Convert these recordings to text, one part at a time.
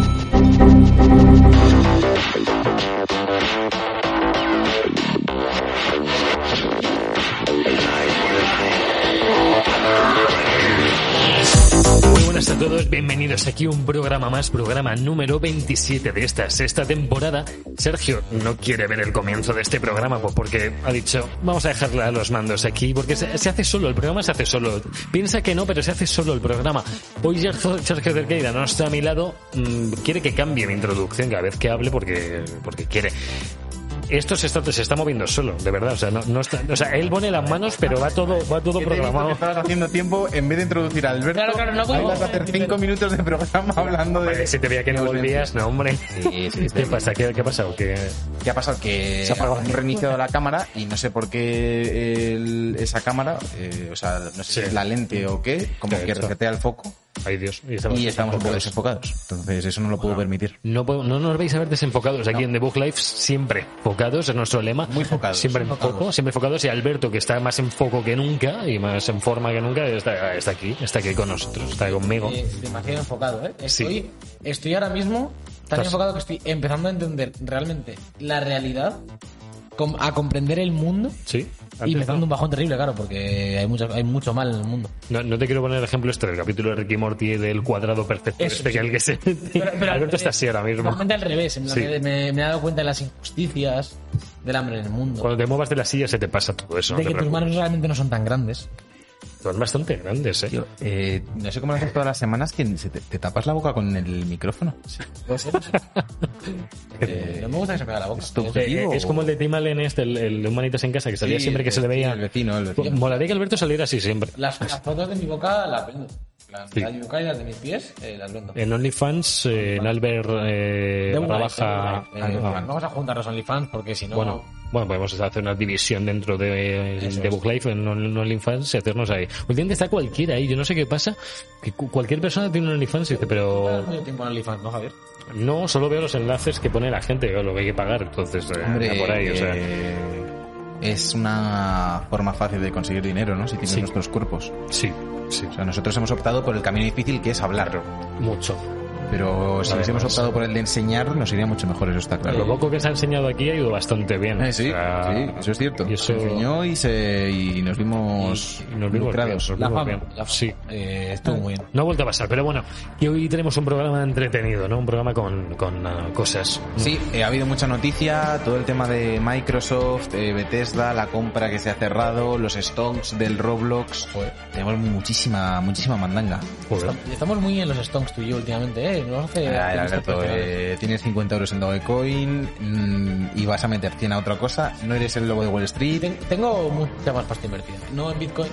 Muy buenas a todos, bienvenidos aquí a un programa más, programa número 27 de esta sexta temporada. Sergio no quiere ver el comienzo de este programa pues porque ha dicho, vamos a dejarle a los mandos aquí, porque se, se hace solo, el programa se hace solo. Piensa que no, pero se hace solo el programa. Hoy Sergio, Sergio Cerqueira no está a mi lado, mm, quiere que cambie mi introducción cada vez que hable porque, porque quiere esto se está, se está moviendo solo, de verdad. O sea, no, no está- o sea, él pone las manos, pero va todo, va todo Que te he visto que programado. estabas haciendo tiempo en vez de introducir a Alberto. Claro, claro, no como- ahí vas a hacer cinco minutos de programa hablando de. Si te veía que no volvías, no, hombre. eh, Sí, sí, ¿Qué sí. pasa? ¿Qué, qué ha pasado? ¿Qué- ¿Qué ha pasado? Que Se ha apagado. han reiniciado la cámara y no sé por qué el- esa cámara, eh, o sea, no sé si Sí. es la lente o qué, como Sí, que sí. resetea el foco Ay, Dios. y estamos un poco desenfocados. Entonces, eso no lo puedo permitir. No, puedo- no nos vais a ver desenfocados aquí en The Book Life, siempre focados, es nuestro lema. Muy focados. Siempre en Focados. foco, siempre focados. Y Alberto, que está más en foco que nunca y más en forma que nunca, está, está aquí, está aquí con nosotros, está conmigo. Eh, demasiado enfocado, ¿eh? Estoy, Sí. estoy ahora mismo tan Estás- enfocado que estoy empezando a entender realmente la realidad, com- a comprender el mundo Sí. y antes, me ¿no? está dando un bajón terrible, claro, porque hay mucho, hay mucho mal en el mundo. No, no te quiero poner el ejemplo este del capítulo de Ricky Morty del cuadrado perfecto. Eso, este que sí. el que se... Alberto está así ahora mismo. Realmente al revés, en plan Sí. que me, me he dado cuenta de las injusticias del hambre en el mundo. Cuando te muevas de la silla se te pasa todo eso. de no que te tus preocupes. manos realmente no son tan grandes. Son bastante grandes, ¿eh? Tío, eh, no sé cómo lo haces todas las semanas que se te, te tapas la boca con el micrófono. Puede ser. Eh, no me gusta que se me haga la boca. es tu- Eh, eh, Digo- es como el de Tim Allen este, el, el de Humanitas en Casa, que salía Sí, siempre que el se le vecino, veía... El vecino, el Pues, vecino. Molaría que Alberto saliera así siempre. Las, las fotos de mi boca las vendo. Las Sí. de mi boca y las de mis pies eh, las vendo. En OnlyFans, eh, en Albert eh, De un barra like, baja- de un like. Eh, ah, no vamos a juntarnos OnlyFans porque si no. Bueno, bueno, podemos hacer una división dentro de, Eso de es. Book Life en On- en OnlyFans y hacernos ahí. Últimamente está cualquiera ahí, yo no sé qué pasa, que cu- cualquier persona tiene un OnlyFans y dice, No pero mucho tiempo en OnlyFans, ¿no, Javier? no, solo veo los enlaces que pone la gente, yo lo que hay que pagar, entonces, eh, Hombre, por ahí, o sea. eh, es una forma fácil de conseguir dinero, ¿no? Si tienes Sí. nuestros cuerpos. Sí, sí, O sea, nosotros hemos optado por el camino difícil que es hablar. mucho. Pero si Vale, hubiésemos pues. optado por el de enseñar, nos iría mucho mejor, eso está Lo claro. poco que se ha enseñado aquí ha ido bastante bien. Eh, sí, o sea, sí, eso es cierto. y eso- Se enseñó y, se, y nos vimos y nos vimos lucrados. bien, nos La Muy fama. bien. la fama. Sí. Eh, estuvo muy bien. No ha vuelto a pasar, pero bueno, y hoy tenemos un programa entretenido, ¿no? Un programa con, con ah, cosas. Sí, eh, ha habido mucha noticia, todo el tema de Microsoft, eh, Bethesda, la compra que se ha cerrado, los stocks del Roblox. Tenemos muchísima, muchísima mandanga. Joder. Estamos muy en los stonks tú y yo últimamente, ¿eh? Nos hace. Ay, Alberto, eh, tienes 50 euros en Dogecoin mm, y vas a meter 100 a otra cosa, no eres el lobo de Wall Y Street. ten- tengo mucha más pasta invertida. No en Bitcoin.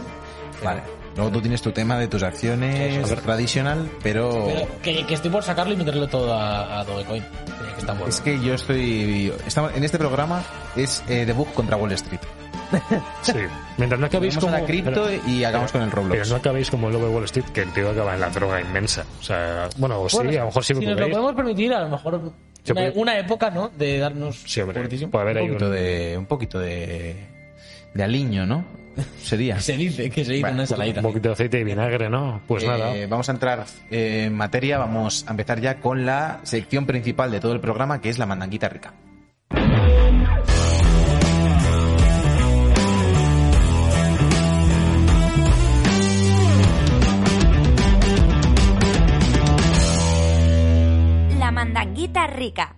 pero- Vale. Luego tú tienes tu tema de tus acciones Eso es. tradicional, Oh. pero... Pero que, que estoy por sacarlo y meterlo todo a, a Dogecoin. eh, que está bueno. Es que yo estoy... Estamos, en este programa es eh, debug contra Wall Street. Sí. Mientras no acabéis Vamos como... a la cripto pero- y acabamos con el Pero Roblox. no acabéis como el lobo de Wall Street, que el tío acaba en la droga inmensa. O sea, bueno, o sí, Bueno, a lo mejor sí Si me nos lo podéis. podemos permitir, a lo mejor. Se Una, puede- una época, ¿no? De darnos. Sí, hombre, publicismo. puede haber un ahí poquito un- de... Un poquito de... De aliño, ¿no? Sería. Se dice que se dice Vale, una ensaladita. un poquito de aceite y vinagre, ¿no? Pues Eh, nada. Vamos a entrar eh, en materia, vamos a empezar ya con la sección principal de todo el programa, que es la mandanguita rica. La mandanguita rica.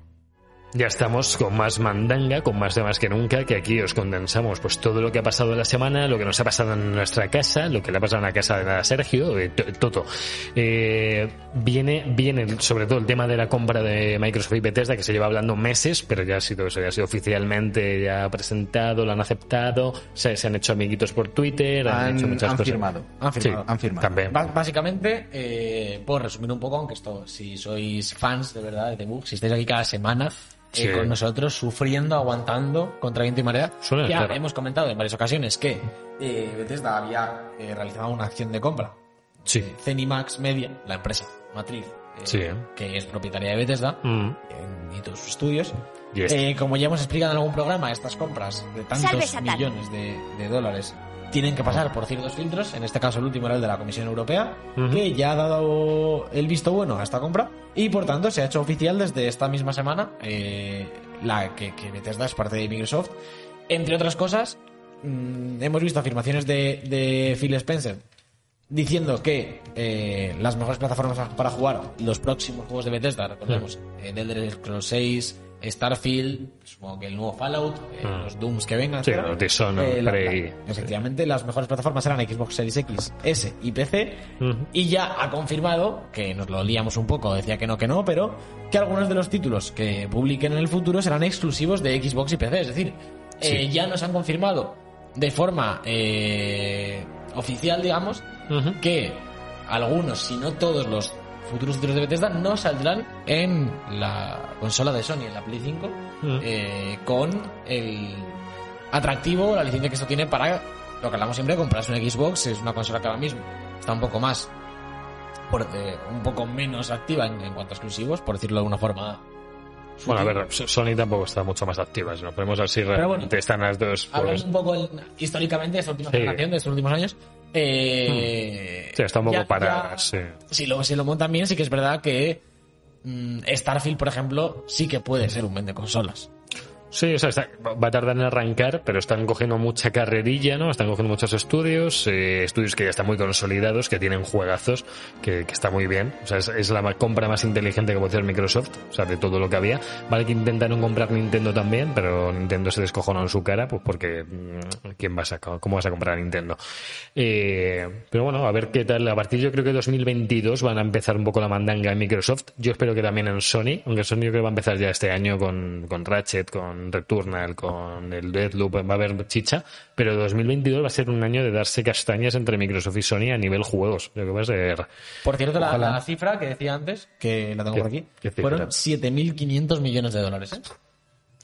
Ya estamos con más mandanga, con más temas que nunca, que aquí os condensamos pues todo lo que ha pasado la semana, lo que nos ha pasado en nuestra casa, lo que le ha pasado en la casa de la Sergio, de To- Toto. Eh, viene, viene el- sobre todo el tema de la compra de Microsoft y Bethesda, que se lleva hablando meses, pero ya ha sido, eso, ya ha sido oficialmente ya presentado, lo han aceptado, se, se han hecho amiguitos por Twitter, han, Han, hecho muchas han cosas. firmado. Han firmado, han firmado. También. Ba- Básicamente, eh, puedo resumir un poco, aunque esto, si sois fans de verdad de The Book, si estáis aquí cada semana eh, Sí. con nosotros, sufriendo, aguantando contra viento y marea, Suele ya ser. hemos comentado en varias ocasiones que eh, Bethesda había eh, realizado una acción de compra. Sí. Cenimax Media, la empresa matriz eh, Sí. que es propietaria de Bethesda, Mm. en- y todos sus estudios. Yes. Eh, como ya hemos explicado en algún programa, estas compras de Salve, tantos Satán. millones de, de dólares tienen que pasar por ciertos filtros. En este caso, el último era el de la Comisión Europea, Ujú. que ya ha dado el visto bueno a esta compra. Y por tanto, se ha hecho oficial desde esta misma semana eh, la que, que Bethesda es parte de Microsoft. Entre otras cosas, mm, hemos visto afirmaciones de, de Phil Spencer diciendo que eh, las mejores plataformas para jugar los próximos juegos de Bethesda, recordemos, Hmm. eh, The Elder Scrolls 6, Starfield, supongo que el nuevo Fallout, eh, Mm. los Dooms que vengan, Sí, etcétera. Eh, los Dishonored, la- Prey. la- efectivamente, las mejores plataformas eran Xbox Series X, S y PC, Ujú. y ya ha confirmado, que nos lo líamos un poco, decía que no, que no, pero que algunos de los títulos que publiquen en el futuro serán exclusivos de Xbox y PC. Es decir, eh, ya nos han confirmado de forma eh, oficial, digamos, Ujú. que algunos, si no todos los futuros títulos de Bethesda no saldrán en la consola de Sony, en la Play 5, Mm. eh, con el atractivo, la licencia que esto tiene para lo que hablamos siempre, comprarse una Xbox, es una consola que ahora mismo está un poco más, por, eh, un poco menos activa en, en cuanto a exclusivos, por decirlo de una forma. Bueno, a sutil. ver, pues- S- Sony tampoco está mucho más activa, si nos ponemos así realmente bueno. están las dos. pues, Hablando un poco en- históricamente de esta última Sí. Mm. generación, de estos últimos años. Eh, Sí, está un poco ya- parada, ya- sí. Si lo, si lo montan bien, sí que es verdad que mm, Starfield, por ejemplo, sí que puede ser un vende consolas. Sí, o sea, está- va a tardar en arrancar, pero están cogiendo mucha carrerilla, ¿no? Están cogiendo muchos estudios, eh, estudios que ya están muy consolidados, que tienen juegazos, que, que está muy bien. O sea, es, es la ma- compra más inteligente que puede hacer Microsoft, o sea, de todo lo que había. Vale que intentaron comprar Nintendo también, pero Nintendo se descojonó en su cara, pues porque mm, ¿quién vas a, co- cómo vas a comprar a Nintendo? Eh, pero bueno, a ver qué tal. A partir yo creo que 2022 van a empezar un poco la mandanga en Microsoft. Yo espero que también en Sony, aunque Sony yo creo que va a empezar ya este año con, con Ratchet, con Returnal, con el Deadloop, va a haber chicha. Pero 2022 va a ser un año de darse castañas entre Microsoft y Sony a nivel juegos. Lo que va a ser... Por cierto, la, Ojalá. la cifra que decía antes, que la tengo ¿Qué- por aquí, qué cifra? fueron 7.500 millones de dólares. ¿eh?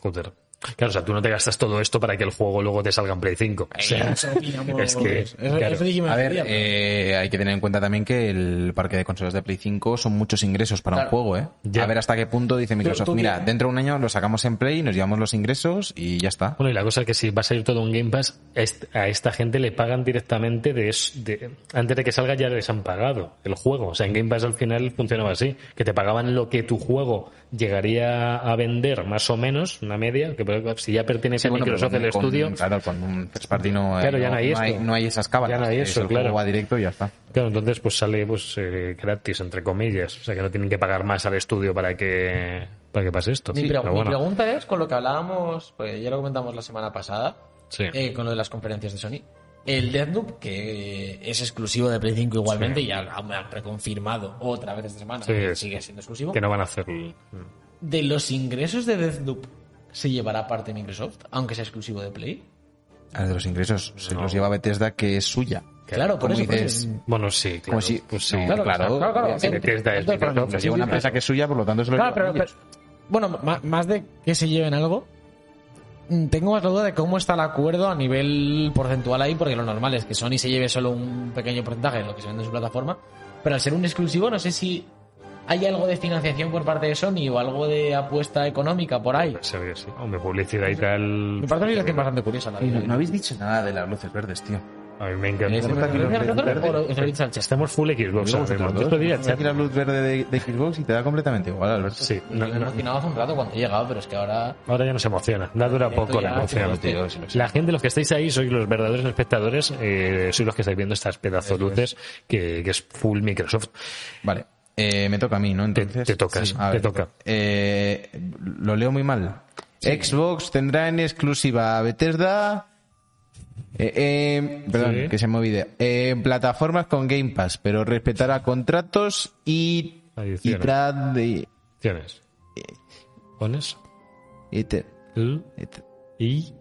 Joder. Claro, o sea, tú no te gastas todo esto para que el juego luego te salga en Play 5. O sea, Eso opinamos- es que... eso- claro. eso dijimos A el ver, día, pero- eh, hay que tener en cuenta también que el parque de consolas de Play 5 son muchos ingresos para Claro. un juego, ¿eh? Ya. A ver hasta qué punto dice Microsoft, tú mira, tienes- dentro de un año lo sacamos en Play, nos llevamos los ingresos y ya está. Bueno, y la cosa es que si va a salir todo un Game Pass, est- a esta gente le pagan directamente de, es- de- antes de que salga ya les han pagado el juego. O sea, en Game Pass al final funcionaba así, que te pagaban lo que tu juego llegaría a vender, más o menos, una media, que pero si ya pertenece Sí, a bueno, pero Microsoft con- el con- estudio, Claro, con un first party no, Claro, ya no hay hay, esto. no hay esas cábalas. Ya no hay es eso, el claro. juego va directo y ya está. Claro, entonces pues sale pues eh, gratis, entre comillas. O sea, que no tienen que pagar más al estudio para que, para que pase esto. Mi, Sí, pregu- pero mi bueno, pregunta es, con lo que hablábamos, pues ya lo comentamos la semana pasada, sí. eh, con lo de las conferencias de Sony. El Deathloop, que es exclusivo de Play 5 igualmente, y ya han han reconfirmado otra vez esta semana, Sí, que es- sigue siendo exclusivo. que no van a hacer. ¿De los ingresos de Deathloop se llevará parte Microsoft, aunque sea exclusivo de Play? A ver, de los ingresos se No. los lleva Bethesda, que es suya. Claro, por como eso. por dices, eso. Bueno, sí, claro. Como si, pues sí. no, Claro, claro, claro, claro. obviamente. Si Bethesda es Entonces, por Microsoft, Se lleva sí, pues, pero- una Ah, empresa que es suya, por lo tanto se lo Claro, lleva Ah, pero- ellos. pero- bueno, ma- más de que se lleven algo, mm, tengo más la duda de cómo está el acuerdo a nivel porcentual ahí, porque lo normal es que Sony se lleve solo un pequeño porcentaje de lo que se vende en su plataforma, pero al ser un exclusivo no sé si hay algo de financiación por parte de Sony o algo de apuesta económica por ahí. Pues, Sí, sí. Hombre, publicidad y tal. Me parece una situación bastante curiosa. La Y no, verdad. no habéis dicho nada de las luces verdes, tío. A mí me Eh, encanta. ¿te gusta aquí los ¿Pero es verdes? verde o- o David Sánchez? Estamos full Xbox. Luego ahora vosotros mismo. dos, Yo podría pones aquí la echar. ¿eh? luz verde de, de Xbox y te da completamente igual, Alberto. ¿eh? Sí, Me no, he no. emocionado hace un rato cuando he llegado, pero es que ahora... Ahora ya no se emociona. Da dura poco la emoción. tío, sí, lo sé. La gente, los que estáis ahí, sois los verdaderos espectadores. Eh, sois los que estáis viendo estas pedazos luces que, que es full Microsoft. Vale. Eh, me toca a mí, ¿no? Entonces, te tocas, a te toca. Eh, lo leo muy mal. Xbox tendrá en exclusiva a Bethesda. eh, eh, perdón, Sí. que se me olvide. Eh, plataformas con Game Pass, pero respetará contratos y. Y, Adiciones. trad- y, ¿Tienes? ¿Pones? y te- ¿L? y te- ¿Y?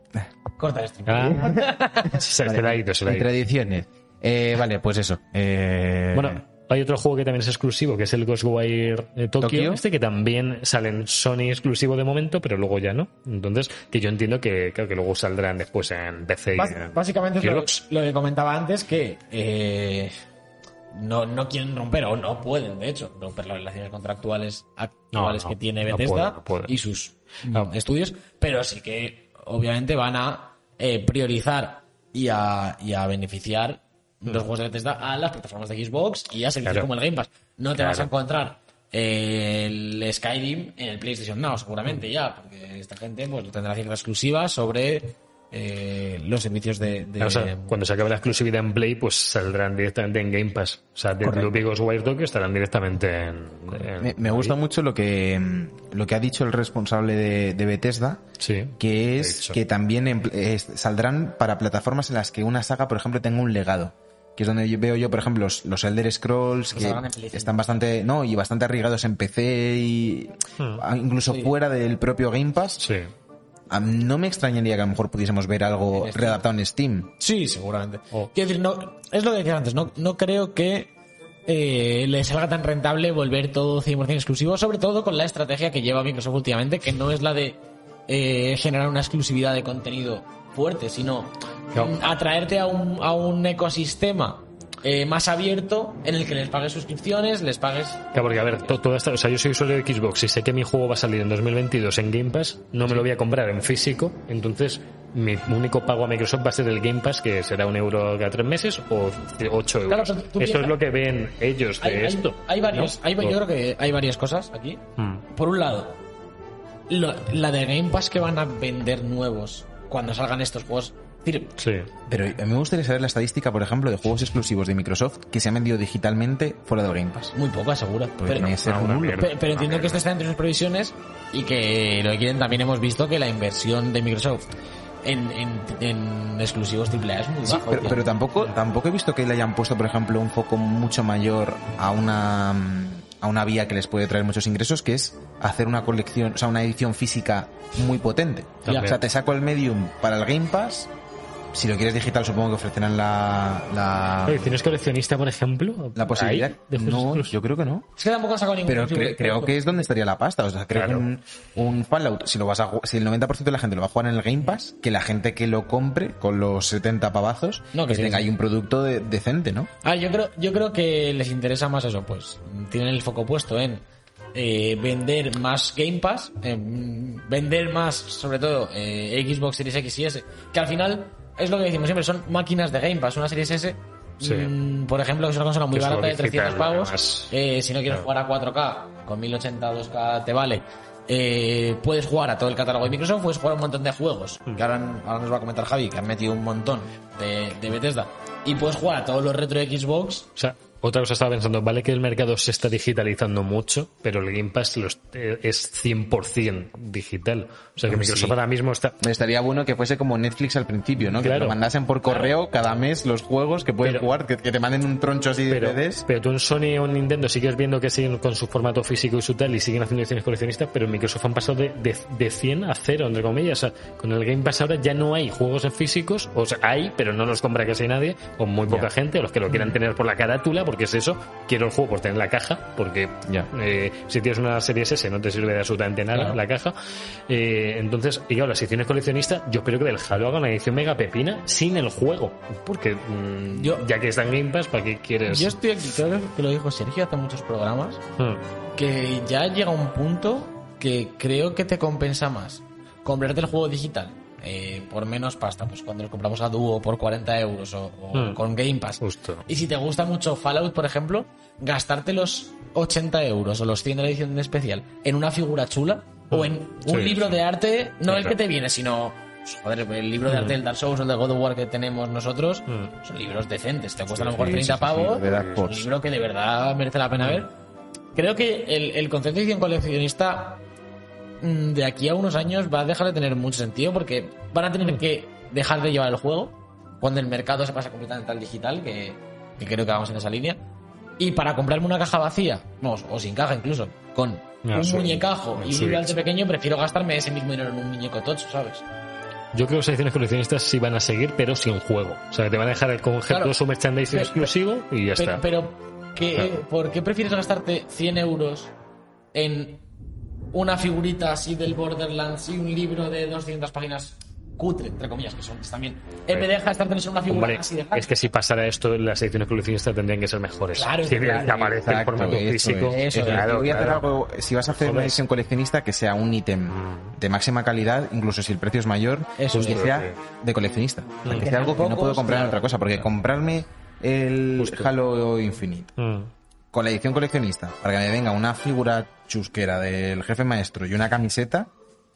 Corta el stream. Ah. Se se la ha ido, se la ha ido. entre ediciones. Eh, vale, pues eso. Eh, Bueno, hay otro juego que también es exclusivo, que es el Ghostwire eh, Tokyo, Tokio. este que también sale en Sony exclusivo de momento, pero luego ya no. Entonces, que yo entiendo que, claro, que luego saldrán después en PC. y Bas- en básicamente es lo, Xbox. lo que comentaba antes, que eh, no, no quieren romper, o no pueden, de hecho, romper las relaciones contractuales No, actuales no, que tiene no Bethesda pueden, no pueden. y sus mm, estudios, pero sí que obviamente van a eh, priorizar y a, y a beneficiar los juegos de Bethesda a las plataformas de Xbox y a servicios Mm. Claro. como el Game Pass. No te Claro. vas a encontrar eh, el Skyrim en el PlayStation Now, seguramente ya, porque esta gente pues tendrá cierta exclusiva sobre eh, los servicios de, de- O eh, sea, cuando se acabe la exclusividad en Play, pues saldrán directamente en Game Pass. O sea, de Correcto. Blue Bigos Wild Dog estarán directamente en. en- Me, me gusta ahí. mucho lo que, mm, lo que ha dicho el responsable de, de Bethesda, Sí. que De es hecho. que también en pl- eh, saldrán para plataformas en las que una saga, por ejemplo, tenga un legado. Que es donde yo veo yo, por ejemplo, los, los Elder Scrolls, Que salgan en Play que cinco. están bastante, no, y bastante arriesgados en PC y a- incluso fuera del propio Game Pass. Sí. A- No me extrañaría que a lo mejor pudiésemos ver algo En Steam. readaptado en Steam. Sí, seguramente. O- Quiero decir, no, es lo que decía antes, no, no creo que eh, le salga tan rentable volver todo 100% exclusivo, sobre todo con la estrategia que lleva Microsoft últimamente, que no es la de eh, generar una exclusividad de contenido fuerte, sino Claro. mm, atraerte a un, a un ecosistema eh, más abierto en el que les pagues suscripciones, les pagues... Claro, porque a ver, to- toda esta, o sea, yo soy usuario de Xbox y sé que mi juego va a salir en 2022 en Game Pass, no me lo voy a comprar en físico, entonces mi único pago a Microsoft va a ser el Game Pass, que será un euro cada tres meses o c- ocho Claro, euros. pero Eso tú piensas- es lo que ven ellos de Hay, hay- esto. hay varios, ¿no? hay, yo creo que hay varias cosas aquí. Hmm. Mm. Por un lado, lo- la de Game Pass que van a vender nuevos cuando salgan estos juegos. Es decir, Sí. Pero a mí me gustaría saber la estadística, por ejemplo, de juegos exclusivos de Microsoft que se han vendido digitalmente fuera del Game Pass. muy poco, asegura. Pues pero, tenía que ser no, una nulo. mierda. pe- pero entiendo que esto está entre sus previsiones y que lo que quieren también hemos visto que la inversión de Microsoft en, en, en exclusivos AAA es muy baja. Ah, Sí, pero, obviamente. pero tampoco, tampoco he visto que le hayan puesto, por ejemplo, un foco mucho mayor a una mm, a una vía que les puede traer muchos ingresos, que es hacer una colección, o sea, una edición física muy potente. También. O sea, te saco el medium para el Game Pass. Si lo quieres digital, supongo que ofrecerán la la, Oye, ¿Tienes coleccionista, por ejemplo? Ah. la posibilidad. Ahí, de juegos No, exclusivos. yo creo que no. Es que tampoco han sacado ningún Pero exclusivo. cre- creo que es donde estaría la pasta. O sea, creo Claro. que un, un Fallout, si, lo vas a, ju- si el 90% de la gente lo va a jugar en el Game Pass, que la gente que lo compre con los 70 pavazos, No, que que sí, tenga sí. ahí un producto de- decente, ¿no? Ah, yo creo, yo creo que les interesa más eso, pues tienen el foco puesto en eh, vender más Game Pass, eh, vender más, sobre todo, eh, Xbox Series X y S, que al final es lo que decimos siempre, son máquinas de Game Pass, una Series S. Sí. mm, por ejemplo, que es una consola muy Que es barata de digital, 300 además. pavos. eh, si no quieres jugar a 4K, con 1080 o 2K te vale. Eh, puedes jugar a todo el catálogo de Microsoft, puedes jugar a un montón de juegos. Mm. Que ahora, ahora nos va a comentar Javi, que han metido un montón de, de Bethesda. Y puedes jugar a todos los retro de Xbox. O sea, otra cosa estaba pensando, vale que el mercado se está digitalizando mucho, pero el Game Pass los- eh, es 100% digital. O sea, que Microsoft ahora mismo está... Estaría bueno que fuese como Netflix al principio, ¿no? Que Claro. te lo mandasen por correo cada mes los juegos que puedes Pero- jugar, que, que te manden un troncho así de Pero, DVDs. pero tú en Sony o en Nintendo sigues viendo que siguen con su formato físico y su tal y siguen haciendo ediciones coleccionistas, pero en Microsoft han pasado de, de, de 100 a 0, entre comillas. O sea, con el Game Pass ahora ya no hay juegos en físicos, o sea, hay, pero no los compra casi nadie, o muy poca gente, o los que lo quieran tener por la carátula, porque es eso, quiero el juego por tener la caja, porque Ya. eh, si tienes una serie S no te sirve de absolutamente nada Claro. la caja. Eh, entonces, y claro, las ediciones coleccionistas, yo espero que del Halo haga una edición mega pepina sin el juego, porque mm, Yo- ya que está en Game Pass, ¿para qué quieres? Yo estoy aquí, creo que lo dijo Sergio hace muchos programas, Hmm. que ya llega un punto que creo que te compensa más comprarte el juego digital eh, por menos pasta, pues cuando lo compramos a dúo por 40 euros o, o Mm. con Game Pass. Justo. Y si te gusta mucho Fallout, por ejemplo, gastarte los 80 euros o los 100 de la edición especial en una figura chula o en Sí, un libro sí. de arte, no el Claro. que te viene, sino pues, joder, el libro de arte Mm. del Dark Souls o el de God of War que tenemos nosotros, Mm. son libros decentes, te cuestan a lo mejor sí, 30 sí, sí, pavos, de Dark es un Horse. libro que de verdad merece la pena ver. Creo que el, el concepto de edición coleccionista mm, de aquí a unos años va a dejar de tener mucho sentido porque van a tener que dejar de llevar el juego cuando el mercado se pasa completamente al digital, que, que creo que vamos en esa línea. Y para comprarme una caja vacía, vamos, o sin caja incluso, con Ya, un sí. muñecajo y un Sí. libro alto pequeño, prefiero gastarme ese mismo dinero en un muñeco tocho, ¿sabes? Yo creo que las ediciones coleccionistas sí van a seguir, pero sin juego. O sea, que te van a dejar el concepto Claro. su merchandising Pero- exclusivo y ya Pero, está. pero ¿qué- eh, Claro. ¿por qué prefieres gastarte 100 euros en una figurita así del Borderlands y un libro de 200 páginas cutre, entre comillas, que son. que También. Eh, me deja estar teniendo una figura Hombre, así de grande. es que si pasara esto, las ediciones coleccionistas tendrían que ser mejores. Claro, si claro. te aparece el Exacto, formato eso Eh, físico. es. Eso es. claro, voy a hacer claro. algo, si vas a hacer una Joder. Mm. edición coleccionista, que sea un ítem de máxima calidad, incluso si el precio es mayor, Eso pues que es. sea de coleccionista. O sea, Que sea algo que no tampoco, puedo comprar en claro. otra cosa, porque comprarme el Justo. Halo Infinite Mm. con la edición coleccionista, para que me venga una figura chusquera del jefe maestro y una camiseta,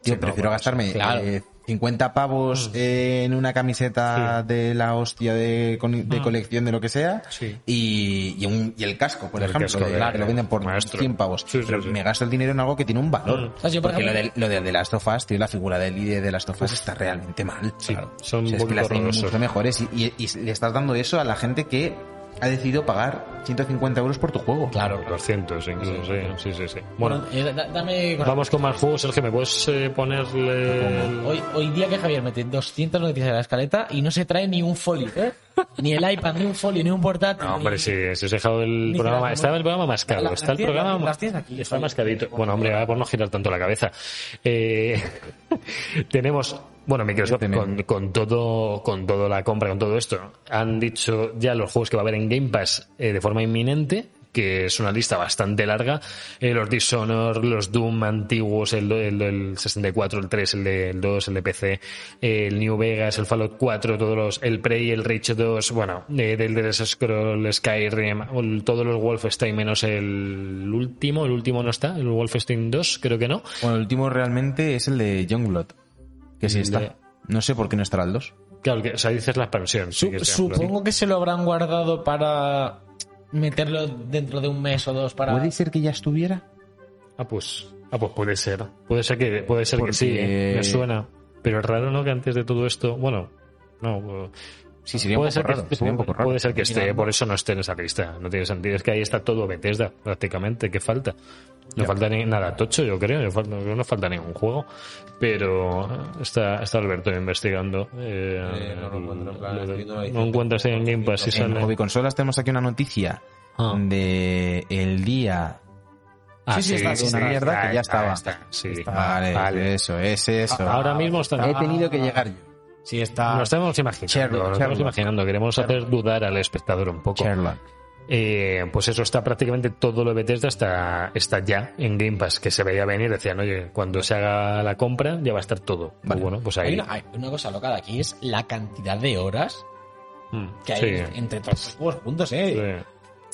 yo prefiero gastarme claro. eh, 50 Mm. pavos en una camiseta de la hostia de, con- de colección de lo que sea Mm. Sí. y, y un- y el casco, por El ejemplo, casco de- de- que lo venden por maestro. 100 pavos. Sí, sí, Pero sí. me gasto el dinero en algo que tiene un valor. Mm. ¿Sabes? Yo, por Porque lo ejemplo- de, lo de The Last of Us, tío, la figura del líder de Last of Us está realmente mal. Sí, claro. son es un que poquito las tienen horrorosos. mucho mejores y, y- y le estás dando eso a la gente que ha decidido pagar 150 euros por tu juego. Claro. Los cientos, incluso, sí, sí, sí, sí. Bueno, Bueno, eh, da- dame. vamos con más juegos, Sergio. ¿Me puedes eh, ponerle...? el- Hoy, hoy día que Javier mete 296 en la escaleta y no se trae ni un folio, ¿eh? Ni el iPad, ni un folio, ni un portátil. No, hombre, ni- sí, si os he dejado el Ni programa. siquiera- Estaba el programa mascado. La- está las el tienes- programa. las tienes aquí, está sí. mascadito. Bueno, hombre, ahora por no girar tanto la cabeza. Eh, tenemos. Bueno, Microsoft Tenemos. con, con todo, con toda la compra, con todo esto, han dicho ya los juegos que va a haber en Game Pass eh, de forma inminente, que es una lista bastante larga. Eh, los Dishonor, los Doom antiguos, el, do- el, el 64, el 3, el, de- el 2, el de PC, eh, el New Vegas, el Fallout 4, todos los, el Prey, el Reach 2, bueno, eh, del de Scroll, Skyrim, el- todos los Wolfenstein menos el último, el último no está, el Wolfenstein 2, creo que no. Bueno, el último realmente es el de Youngblood, que sí El está. de- No sé por qué no estará el 2. Claro, que, o sea, dices la expansión. sí Su- que está, supongo que se lo habrán guardado para meterlo dentro de un mes o dos para. ¿Puede ser que ya estuviera? Ah, pues, ah, pues puede ser. Puede ser que, puede ser Porque- que sí, ¿eh? me suena. Pero es raro, ¿no? Que antes de todo esto, bueno, no. eh, Sí, sería un puede poco ser raro, Que, sería un poco raro. Puede ser que esté, Mirando. por eso no esté en esa lista. No tiene sentido. Es que ahí está todo Bethesda, prácticamente. ¿Qué falta? No falta ni nada tocho, yo creo. yo fal- no, no falta ningún juego. Pero eh, está, está Alberto investigando. eh, Eh, no lo encuentro, en plan, lo de- estoy viendo ahí. no encuentras en Game Pass si En sale. Hobby Consolas tenemos aquí una noticia Ah. de el día... Ah, Sí, sí, está, sí, una mierda que ya estaba. sí. Vale, Ah, Vale. eso, es eso. Ahora mismo está. Ah, Ah, He tenido que llegar yo. Sí, está. Nos estamos imaginando, Sherlock, nos Sherlock. estamos imaginando. Queremos hacer dudar al espectador un poco. Sherlock. Eh, pues eso está prácticamente todo lo de Bethesda está, está ya en Game Pass, que se veía venir, decían, oye, cuando se haga la compra ya va a estar todo. Pues Vale. bueno, pues Hay ahí. una, hay una cosa loca de aquí es la cantidad de horas Mm, que hay sí, entre todos los juegos juntos, sí. ¿eh?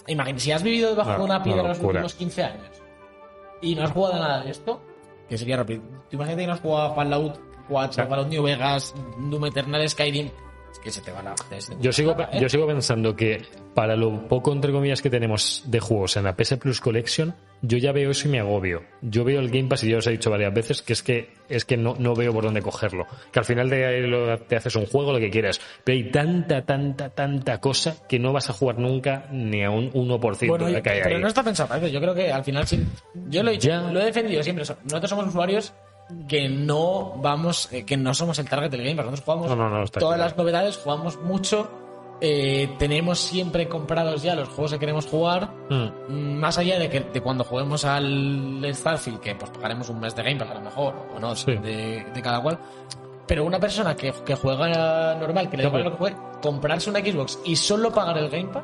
Imagínate, si has vivido debajo Una- de una piedra una los locura. últimos 15 años y no has jugado a nada de esto, que sería rápido. Tú imagínate que no has jugado a Fallout 4, Claro. Fallout New Vegas, Doom Eternal, Skyrim. Es que se te va la. te- se te- Yo sigo, ¿eh? yo sigo pensando que para lo poco, entre comillas, que tenemos de juegos en la PS Plus Collection, yo ya veo eso y me agobio. Yo veo el Game Pass y yo os he dicho varias veces que es que, es que no, no veo por dónde cogerlo. Que al final de, lo- te haces un juego, lo que quieras. Pero hay tanta, tanta, tanta cosa que no vas a jugar nunca ni a un 1% Bueno, de la que hay pero ahí. no está pensado para eso. Yo creo que al final sí. Yo lo he dicho, Ya. lo he defendido siempre. So- Nosotros somos usuarios que no vamos, eh, que no somos el target del game. Nosotros jugamos No, no, no, está todas claro. las novedades, jugamos mucho, eh, tenemos siempre comprados ya los juegos que queremos jugar. Mm. Mm, Más allá de que de cuando juguemos al Starfield, que pues pagaremos un mes de Game Pass a lo mejor, o no, Sí. de, de cada cual. Pero una persona que, que juega normal, que le da Ya, igual pero- lo que juegue, comprarse una Xbox y solo pagar el Game Pass,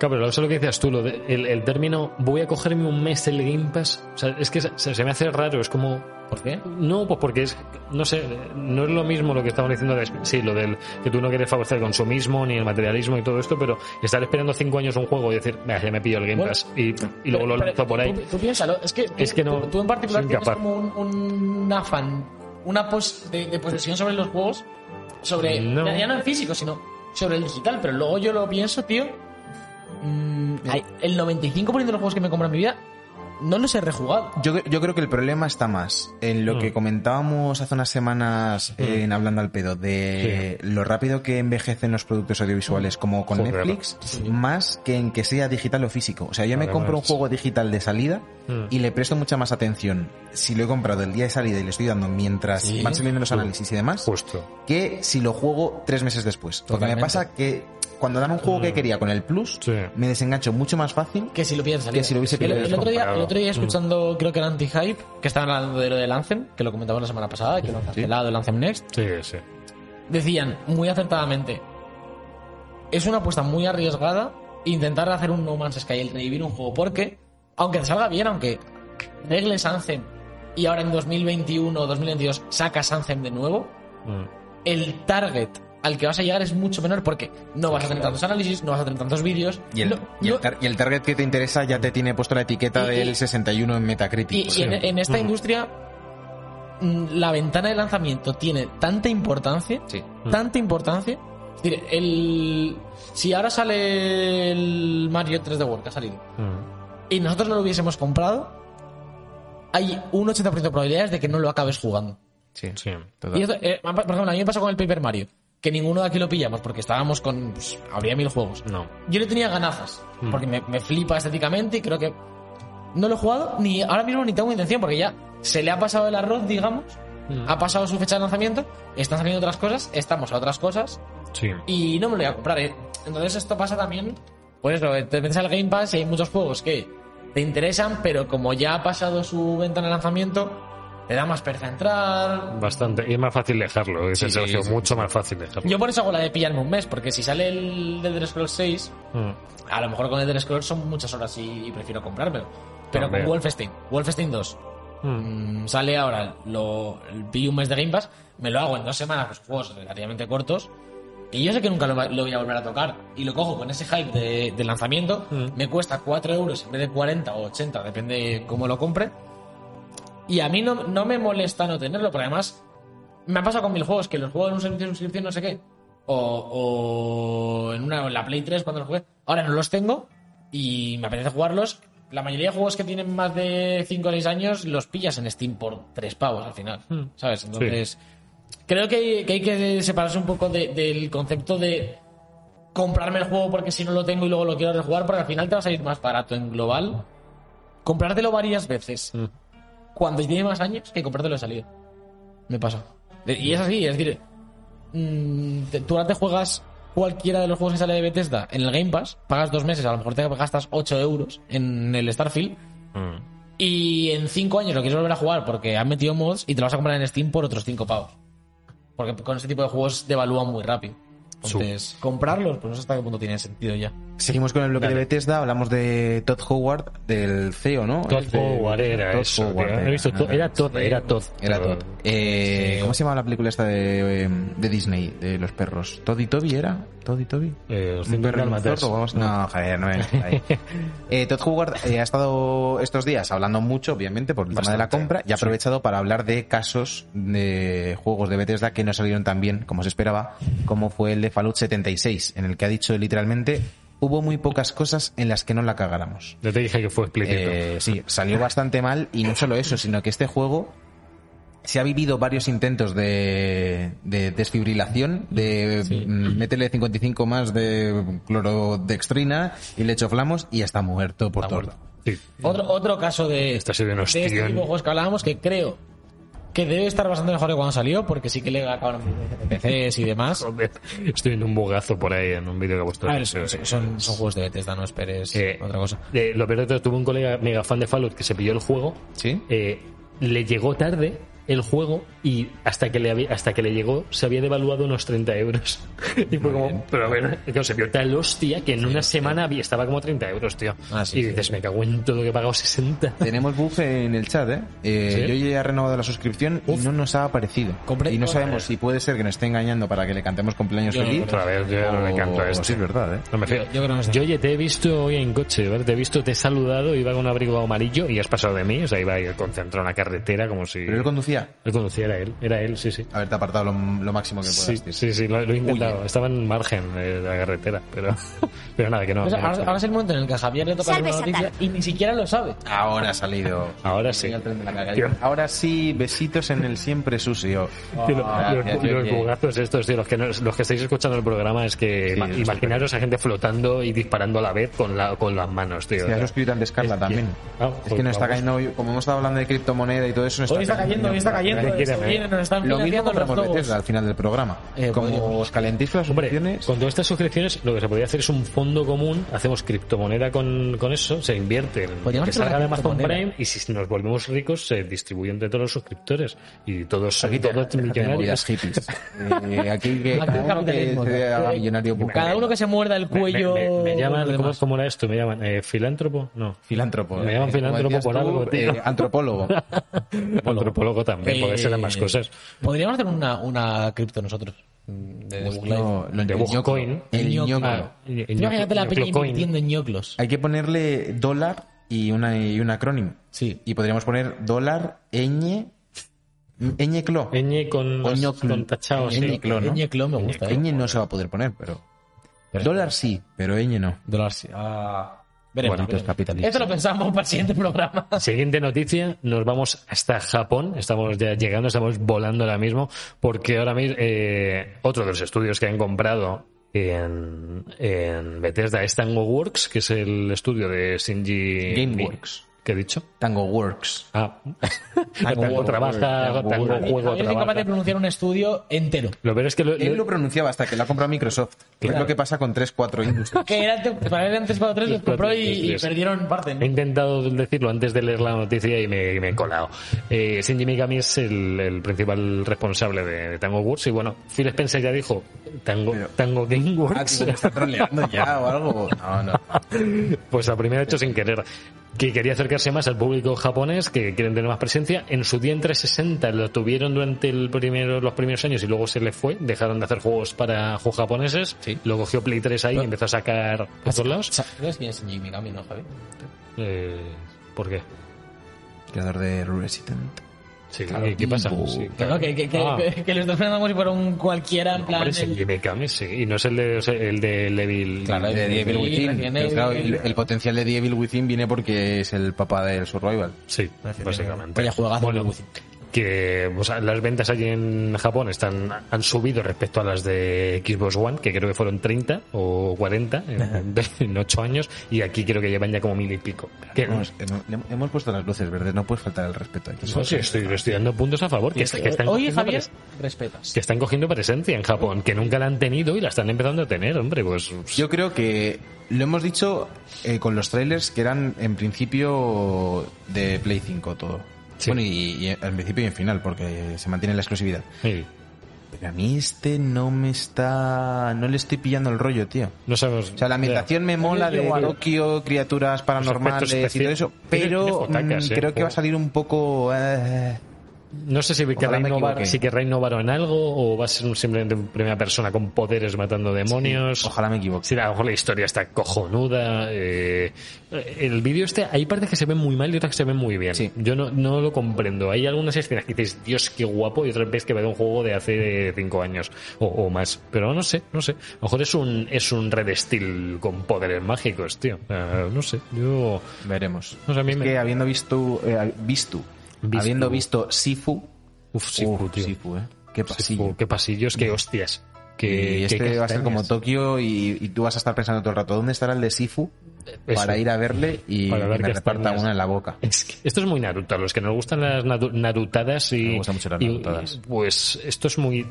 Claro, pero eso es lo que decías tú, lo de- el, el término voy a cogerme un mes el Game Pass, o sea, es que se, se me hace raro, es como, ¿por qué? No, pues porque es, no sé, no es lo mismo lo que estamos diciendo, de, sí, lo del que tú no quieres favorecer el consumismo ni el materialismo y todo esto, pero estar esperando cinco años un juego y decir, "Venga, ya me pillo el Game Bueno, Pass y, y luego Pero- lo pero lanzo por ahí. Tú, tú piénsalo, es que, tú- Es que no- tú, tú en particular soy tienes incapaz. como un, un afán, una pos de, de posesión sobre los juegos, sobre, No. ya, ya no en físico, sino sobre el digital, pero luego yo lo pienso, tío, mm, hay- el 95% de los juegos que me compro en mi vida no los he rejugado. Yo, yo creo que el problema está más en lo Mm. que comentábamos hace unas semanas eh, en Hablando al Pedo, de lo rápido que envejecen los productos audiovisuales como con Joder. Netflix, más que en que sea digital o físico. O sea, yo me Además. compro un juego digital de salida Mm. y le presto mucha más atención si lo he comprado el día de salida y le estoy dando mientras Sí. Pues van saliendo los análisis y demás, Justo. que si lo juego tres meses después. Porque me Totalmente. pasa que cuando dan un juego que quería con el Plus, Mm. Sí. me desengancho mucho más fácil. Que si lo piensas. Que si lo hubiese el, pillado el hubiese otro día, comprado. el otro día Mm. escuchando, creo que era Anti-Hype, que estaban hablando de lo del Anthem, que lo comentamos la semana pasada, que lo han cancelado el Anthem Next. Sí, sí. decían muy acertadamente es una apuesta muy arriesgada intentar hacer un No Man's Sky el revivir un juego porque aunque te salga bien aunque regles Anthem y ahora en 2021 o 2022 sacas Anthem de nuevo Mm. el target al que vas a llegar es mucho menor porque no vas a tener tantos análisis no vas a tener tantos vídeos Y el, no- y, el no- tar- y el target que te interesa ya te tiene puesto la etiqueta Y- y- del 61 en Metacritic. Pues por Y, y en, ejemplo. en esta industria, mm, la ventana de lanzamiento tiene tanta importancia, Sí. tanta importancia. Es decir, el, si ahora sale el Mario 3 de World que ha salido Mm. y nosotros no lo hubiésemos comprado, hay un 80% de probabilidades de que no lo acabes jugando. Sí. Sí. Total. Y esto, eh, por ejemplo, a mí me pasó con el Paper Mario, que ninguno de aquí lo pillamos porque estábamos con. pues, habría mil juegos. No. Yo le tenía ganazas, Mm. porque me, me flipa estéticamente y creo que no lo he jugado ni ahora mismo ni tengo intención, porque ya se le ha pasado el arroz, digamos, Mm. ha pasado su fecha de lanzamiento, están saliendo otras cosas, estamos a otras cosas Sí. y no me lo voy a comprar. ¿eh? Entonces esto pasa también, pues eso, que te metes al Game Pass y hay muchos juegos que te interesan, pero como ya ha pasado su ventana de lanzamiento, te da más pereza entrar, Bastante. Y es más fácil dejarlo, dice Sí, sí, Sergio. sí. Mucho más fácil dejarlo. Yo por eso hago la de pillarme un mes, porque si sale el Elder Scrolls 6, Mm. a lo mejor con Elder Scrolls son muchas horas y, y prefiero comprármelo. Pero Hombre. con Wolfenstein, Wolfenstein 2, Mm. mm, sale ahora, lo vi un mes de Game Pass, me lo hago en dos semanas, pues juegos relativamente cortos, y yo sé que nunca lo, va- lo voy a volver a tocar, y lo cojo con ese hype de, de lanzamiento, Mm. me cuesta 4 euros en vez de 40 o 80, depende cómo lo compre, y a mí no, no me molesta no tenerlo, pero además me ha pasado con mil juegos, que los juego en un servicio de suscripción, no sé qué. O, o en, una, en la Play 3 cuando los jugué. Ahora no los tengo y me apetece jugarlos. La mayoría de juegos que tienen más de 5 o 6 años los pillas en Steam por 3 pavos al final. Mm. ¿Sabes? Entonces, creo que, que hay que separarse un poco de- del concepto de comprarme el juego porque si no lo tengo y luego lo quiero rejugar, porque al final te va a salir más barato en global. Comprártelo varias veces Mm. cuando tiene más años que comprártelo de salida. Me pasa. De- Y es así, es decir, mm, te- tú ahora te juegas cualquiera de los juegos que sale de Bethesda en el Game Pass, pagas dos meses, a lo mejor te gastas 8 euros en el Starfield Mm. y en 5 años lo quieres volver a jugar porque han metido mods y te lo vas a comprar en Steam por otros 5 pavos. Porque con este tipo de juegos devalúan muy rápido. Entonces, comprarlos, pues no sé hasta qué punto tiene sentido ya. Seguimos con el bloque Dale. de Bethesda, hablamos de Todd Howard, del CEO, ¿no? Todd Este- Howard era Todd eso, Howard ¿eh? tío. He visto Todd- era Todd, era Todd. Era Todd. Eh, ¿Cómo se llama la película esta de, eh, de Disney, de los perros? ¿Todd y Toby era? ¿Todd y Toby? Eh, los ¿Un cinco perro y un dálmatas. zorro? Vamos- No, joder, no es. ahí. Eh, Todd Howard eh, ha estado estos días hablando mucho, obviamente, por el tema de la compra y ha aprovechado para hablar de casos de juegos de Bethesda que no salieron tan bien como se esperaba, como fue el de Fallout 76, en el que ha dicho literalmente hubo muy pocas cosas en las que no la cagáramos. Ya te dije que fue explícito. Eh, sí, salió bastante mal y no solo eso, sino que este juego se ha vivido varios intentos de, de desfibrilación, de mm, métele 55 más de clorodextrina y le choflamos y ya está muerto por Está todo. muerto. Sí. Otro, otro caso de, Está siendo un de este tipo de hostión. juegos que hablábamos que creo que debe estar bastante mejor que cuando salió, porque sí que le acabaron PCs y demás. Joder, Estoy en un bugazo por ahí en un vídeo que vuestro. A ver, son, son- son juegos de Bethesda, no esperes Eh, otra cosa. eh, lo peor de todo, tuve un colega mega fan de Fallout que se pilló el juego. ¿Sí? eh, le llegó tarde el juego y hasta que le había- hasta que le llegó se había devaluado unos 30 euros. Y fue como, pero a ver, que se vio tal hostia que en una semana había- estaba como 30 euros, tío. Ah, sí, y sí. dices, me cago en todo que he pagado 60. Tenemos bug en el chat, ¿eh? Eh, ¿Sí? Yo ya he renovado la suscripción y no nos ha aparecido. Compré- Y no sabemos si puede ser que nos esté engañando para que le cantemos cumpleaños Yo no feliz. Otra vez, yo ya no le canto a o- esto. Sí, es verdad, ¿eh? No me fío. Yo- yo creo que no está. oye, te he visto hoy en coche, ¿vale? Te he visto, te he saludado, iba con un abrigo amarillo y has pasado de mí. O sea, iba ahí concentrado en la carretera como si... Pero él conducía. Él conducía, era él. Era él, sí, sí. Haberte apartado lo, lo máximo que puedas. Sí, tío. sí, sí, lo, lo he intentado. Estaba en margen de la carretera, pero, pero nada, que no. Pues no, ahora, no. ahora es el momento en el que a Javier le toca Salve, una noticia y ni siquiera lo sabe. Ahora ha salido. Ahora sí. Señor tren de la Tío, calle. Ahora sí, besitos en el siempre sucio. tío, lo- gracias, los, los Jorge. bugazos estos, tío, los que, nos- los que estáis escuchando el programa es que Sí, ima- los imaginaros a gente flotando y disparando a la vez con, la, con las manos, tío. Se ha suscrito antes Carla también. Ah, Es que nos está vamos. cayendo, hoy- como hemos estado hablando de criptomoneda y todo eso, nos Hoy está cayendo, hoy está cayendo, Tranquila, se eh. viene, nos están Lo mismo financiando los compramos juegos. Bethesda al final del programa. Eh, Como podríamos. os calentéis las Hombre, opciones, con todas estas suscripciones lo que se podría hacer es un fondo común, hacemos criptomoneda con, con eso, se invierte en lo Podríamos que hacer salga una de Amazon criptomoneda. Prime y si nos volvemos ricos se distribuye entre todos los suscriptores y todos son Aquí te- todos déjate de movidas millonarios. hippies. Eh, aquí que Aquí cada uno que capitalismo, se haga claro. millonario por- Cada uno que se muerde el Me, me- cuello. me- me llaman, los ¿cómo, demás. cómo era esto? ¿Me llaman eh, filántropo? No. Filántropo. Me llaman Eh, como filántropo decías por tú, algo, tío. eh, antropólogo. Antropólogo también, porque ser Eh, ambas cosas. Podríamos hacer una, una cripto nosotros. mm, De, de Google Live. No, lo- De el ñoclo. Bitcoin. El Ñoclo. ñoclo. Ah, y- y- Imagínate la peña Ñoclocoin. invirtiendo en ñoclos. Hay que ponerle dólar y, una, y un acrónimo. Sí. Y podríamos poner dólar ñ. ñeclo. Ñ con, O ñoclo. con tachao, sí. Ñeclo, ¿no? Ñeclo me gusta. eh. Ñ no se va a poder poner, pero. Pero- dólar sí, pero ñ no. Dólar sí. Ah, veremos, Bueno, veremos. pues capitalista. Esto lo pensamos para el siguiente programa. Siguiente noticia, nos vamos hasta Japón. Estamos ya llegando, estamos volando ahora mismo, porque ahora mismo eh, otro de los estudios que han comprado en, en Bethesda es Tango Works, que es el estudio de Shinji. Gameworks. ¿Qué he dicho? Tango Works. Ah, Tango Tango, Works, trabaja, Tango Tango, Works. Juego Yo soy capaz de trabaja. pronunciar un estudio entero. Lo peor es que lo- Él lo- lo pronunciaba hasta que lo ha comprado Microsoft. Es Claro. lo que pasa con 3-4 industrias. Que era antes- para él antes 4 3 Los los compró y, cuatro, y tres. perdieron parte. ¿no? He intentado decirlo antes de leer la noticia y me, y me he colado. Eh, Shinji Mikami es el, el principal responsable de, de Tango Works y bueno, Phil Spencer ya dijo Tango, Pero- Tango Game Ah, Works. tío, me está troleando ya o algo. No, no. Pues la primera ha hecho sin querer. Que quería acercarse más al público japonés, que quieren tener más presencia. En su día en 360 lo tuvieron durante el primero, los primeros años y luego se les fue. Dejaron de hacer juegos para juegos japoneses. Lo cogió Play 3 ahí y empezó a sacar por todos lados. ¿Sabes quién es Jimmy Mikami, no, Javi? Eh, ¿Por qué? Creador de Resident. Sí, Claro. ¿qué, qué pasa? Bu- Sí, Que, no, que, que, que- Ah. que, que los dos pensamos si fuera un cualquiera, en plan. Hombre, sí, el- Jimmy Kimmel, sí. Y no es el de, o sea, el de Levil. Claro, de The Evil Sí, Within. Resident Y Evil. claro, el, el potencial de The Evil Within viene porque es el papá del survival. Sí, básicamente. Vaya juegazo, Bueno, Levil Within. que o sea, las ventas allí en Japón están han subido respecto a las de Xbox One, que creo que fueron 30 o 40 en, en 8 años, y aquí creo que llevan ya como mil y pico. Que- Vamos, hemo- le- hemos, puesto las luces verdes, no puedes faltar el respeto aquí. no, sí, estoy, estoy dando puntos a favor. Que, es- que están Oye, cogiendo Javier, pres- respetas. que están cogiendo presencia en Japón, que nunca la han tenido y la están empezando a tener, hombre, pues... Yo creo que lo hemos dicho eh, con los trailers que eran en principio de Play 5 todo. Sí. Bueno, y, y en principio y en final, porque se mantiene la exclusividad. sí, Pero a mí este no me está... No le estoy pillando el rollo, tío. no sabemos... O sea, la ambientación me mola de Igual. Tokio, criaturas paranormales y todo eso, especiales. Tiene- pero tiene fotacas, mm, eh, creo que va juego. a salir un poco... eh, No sé si querrá Ojalá me innovar, equivoque. si querrá innovar en algo o va a ser un- simplemente un primera persona con poderes matando demonios. ojalá me equivoque. Sí, a lo mejor la historia está cojonuda. eh, el vídeo este, hay partes que se ven muy mal y otras que se ven muy bien. Sí. Yo no, no lo comprendo. Hay algunas escenas que dices, Dios, qué guapo, y otras ves que veo un juego de hace eh, cinco años o, o más. Pero no sé, no sé. A lo mejor es un, es un Red Steel con poderes mágicos, tío. Eh, no sé, yo... Veremos. No sé, a mí Es me- que habiendo visto, eh, visto, Visto. habiendo visto Sifu, Uf, sí, Uf, tío. Sifu, eh. Qué pasillo. Qué pasillos, qué hostias. Y Qué, este qué va a castañas. ser como Tokio y, y tú vas a estar pensando todo el rato, ¿dónde estará el de Sifu? Eso. Para ir a verle y Para ver que me qué reparta castañas. una en la boca. Es que esto es muy Naruto. A los que nos gustan las natu- narutadas y. Me gustan mucho las y- narutadas. y, pues esto es muy.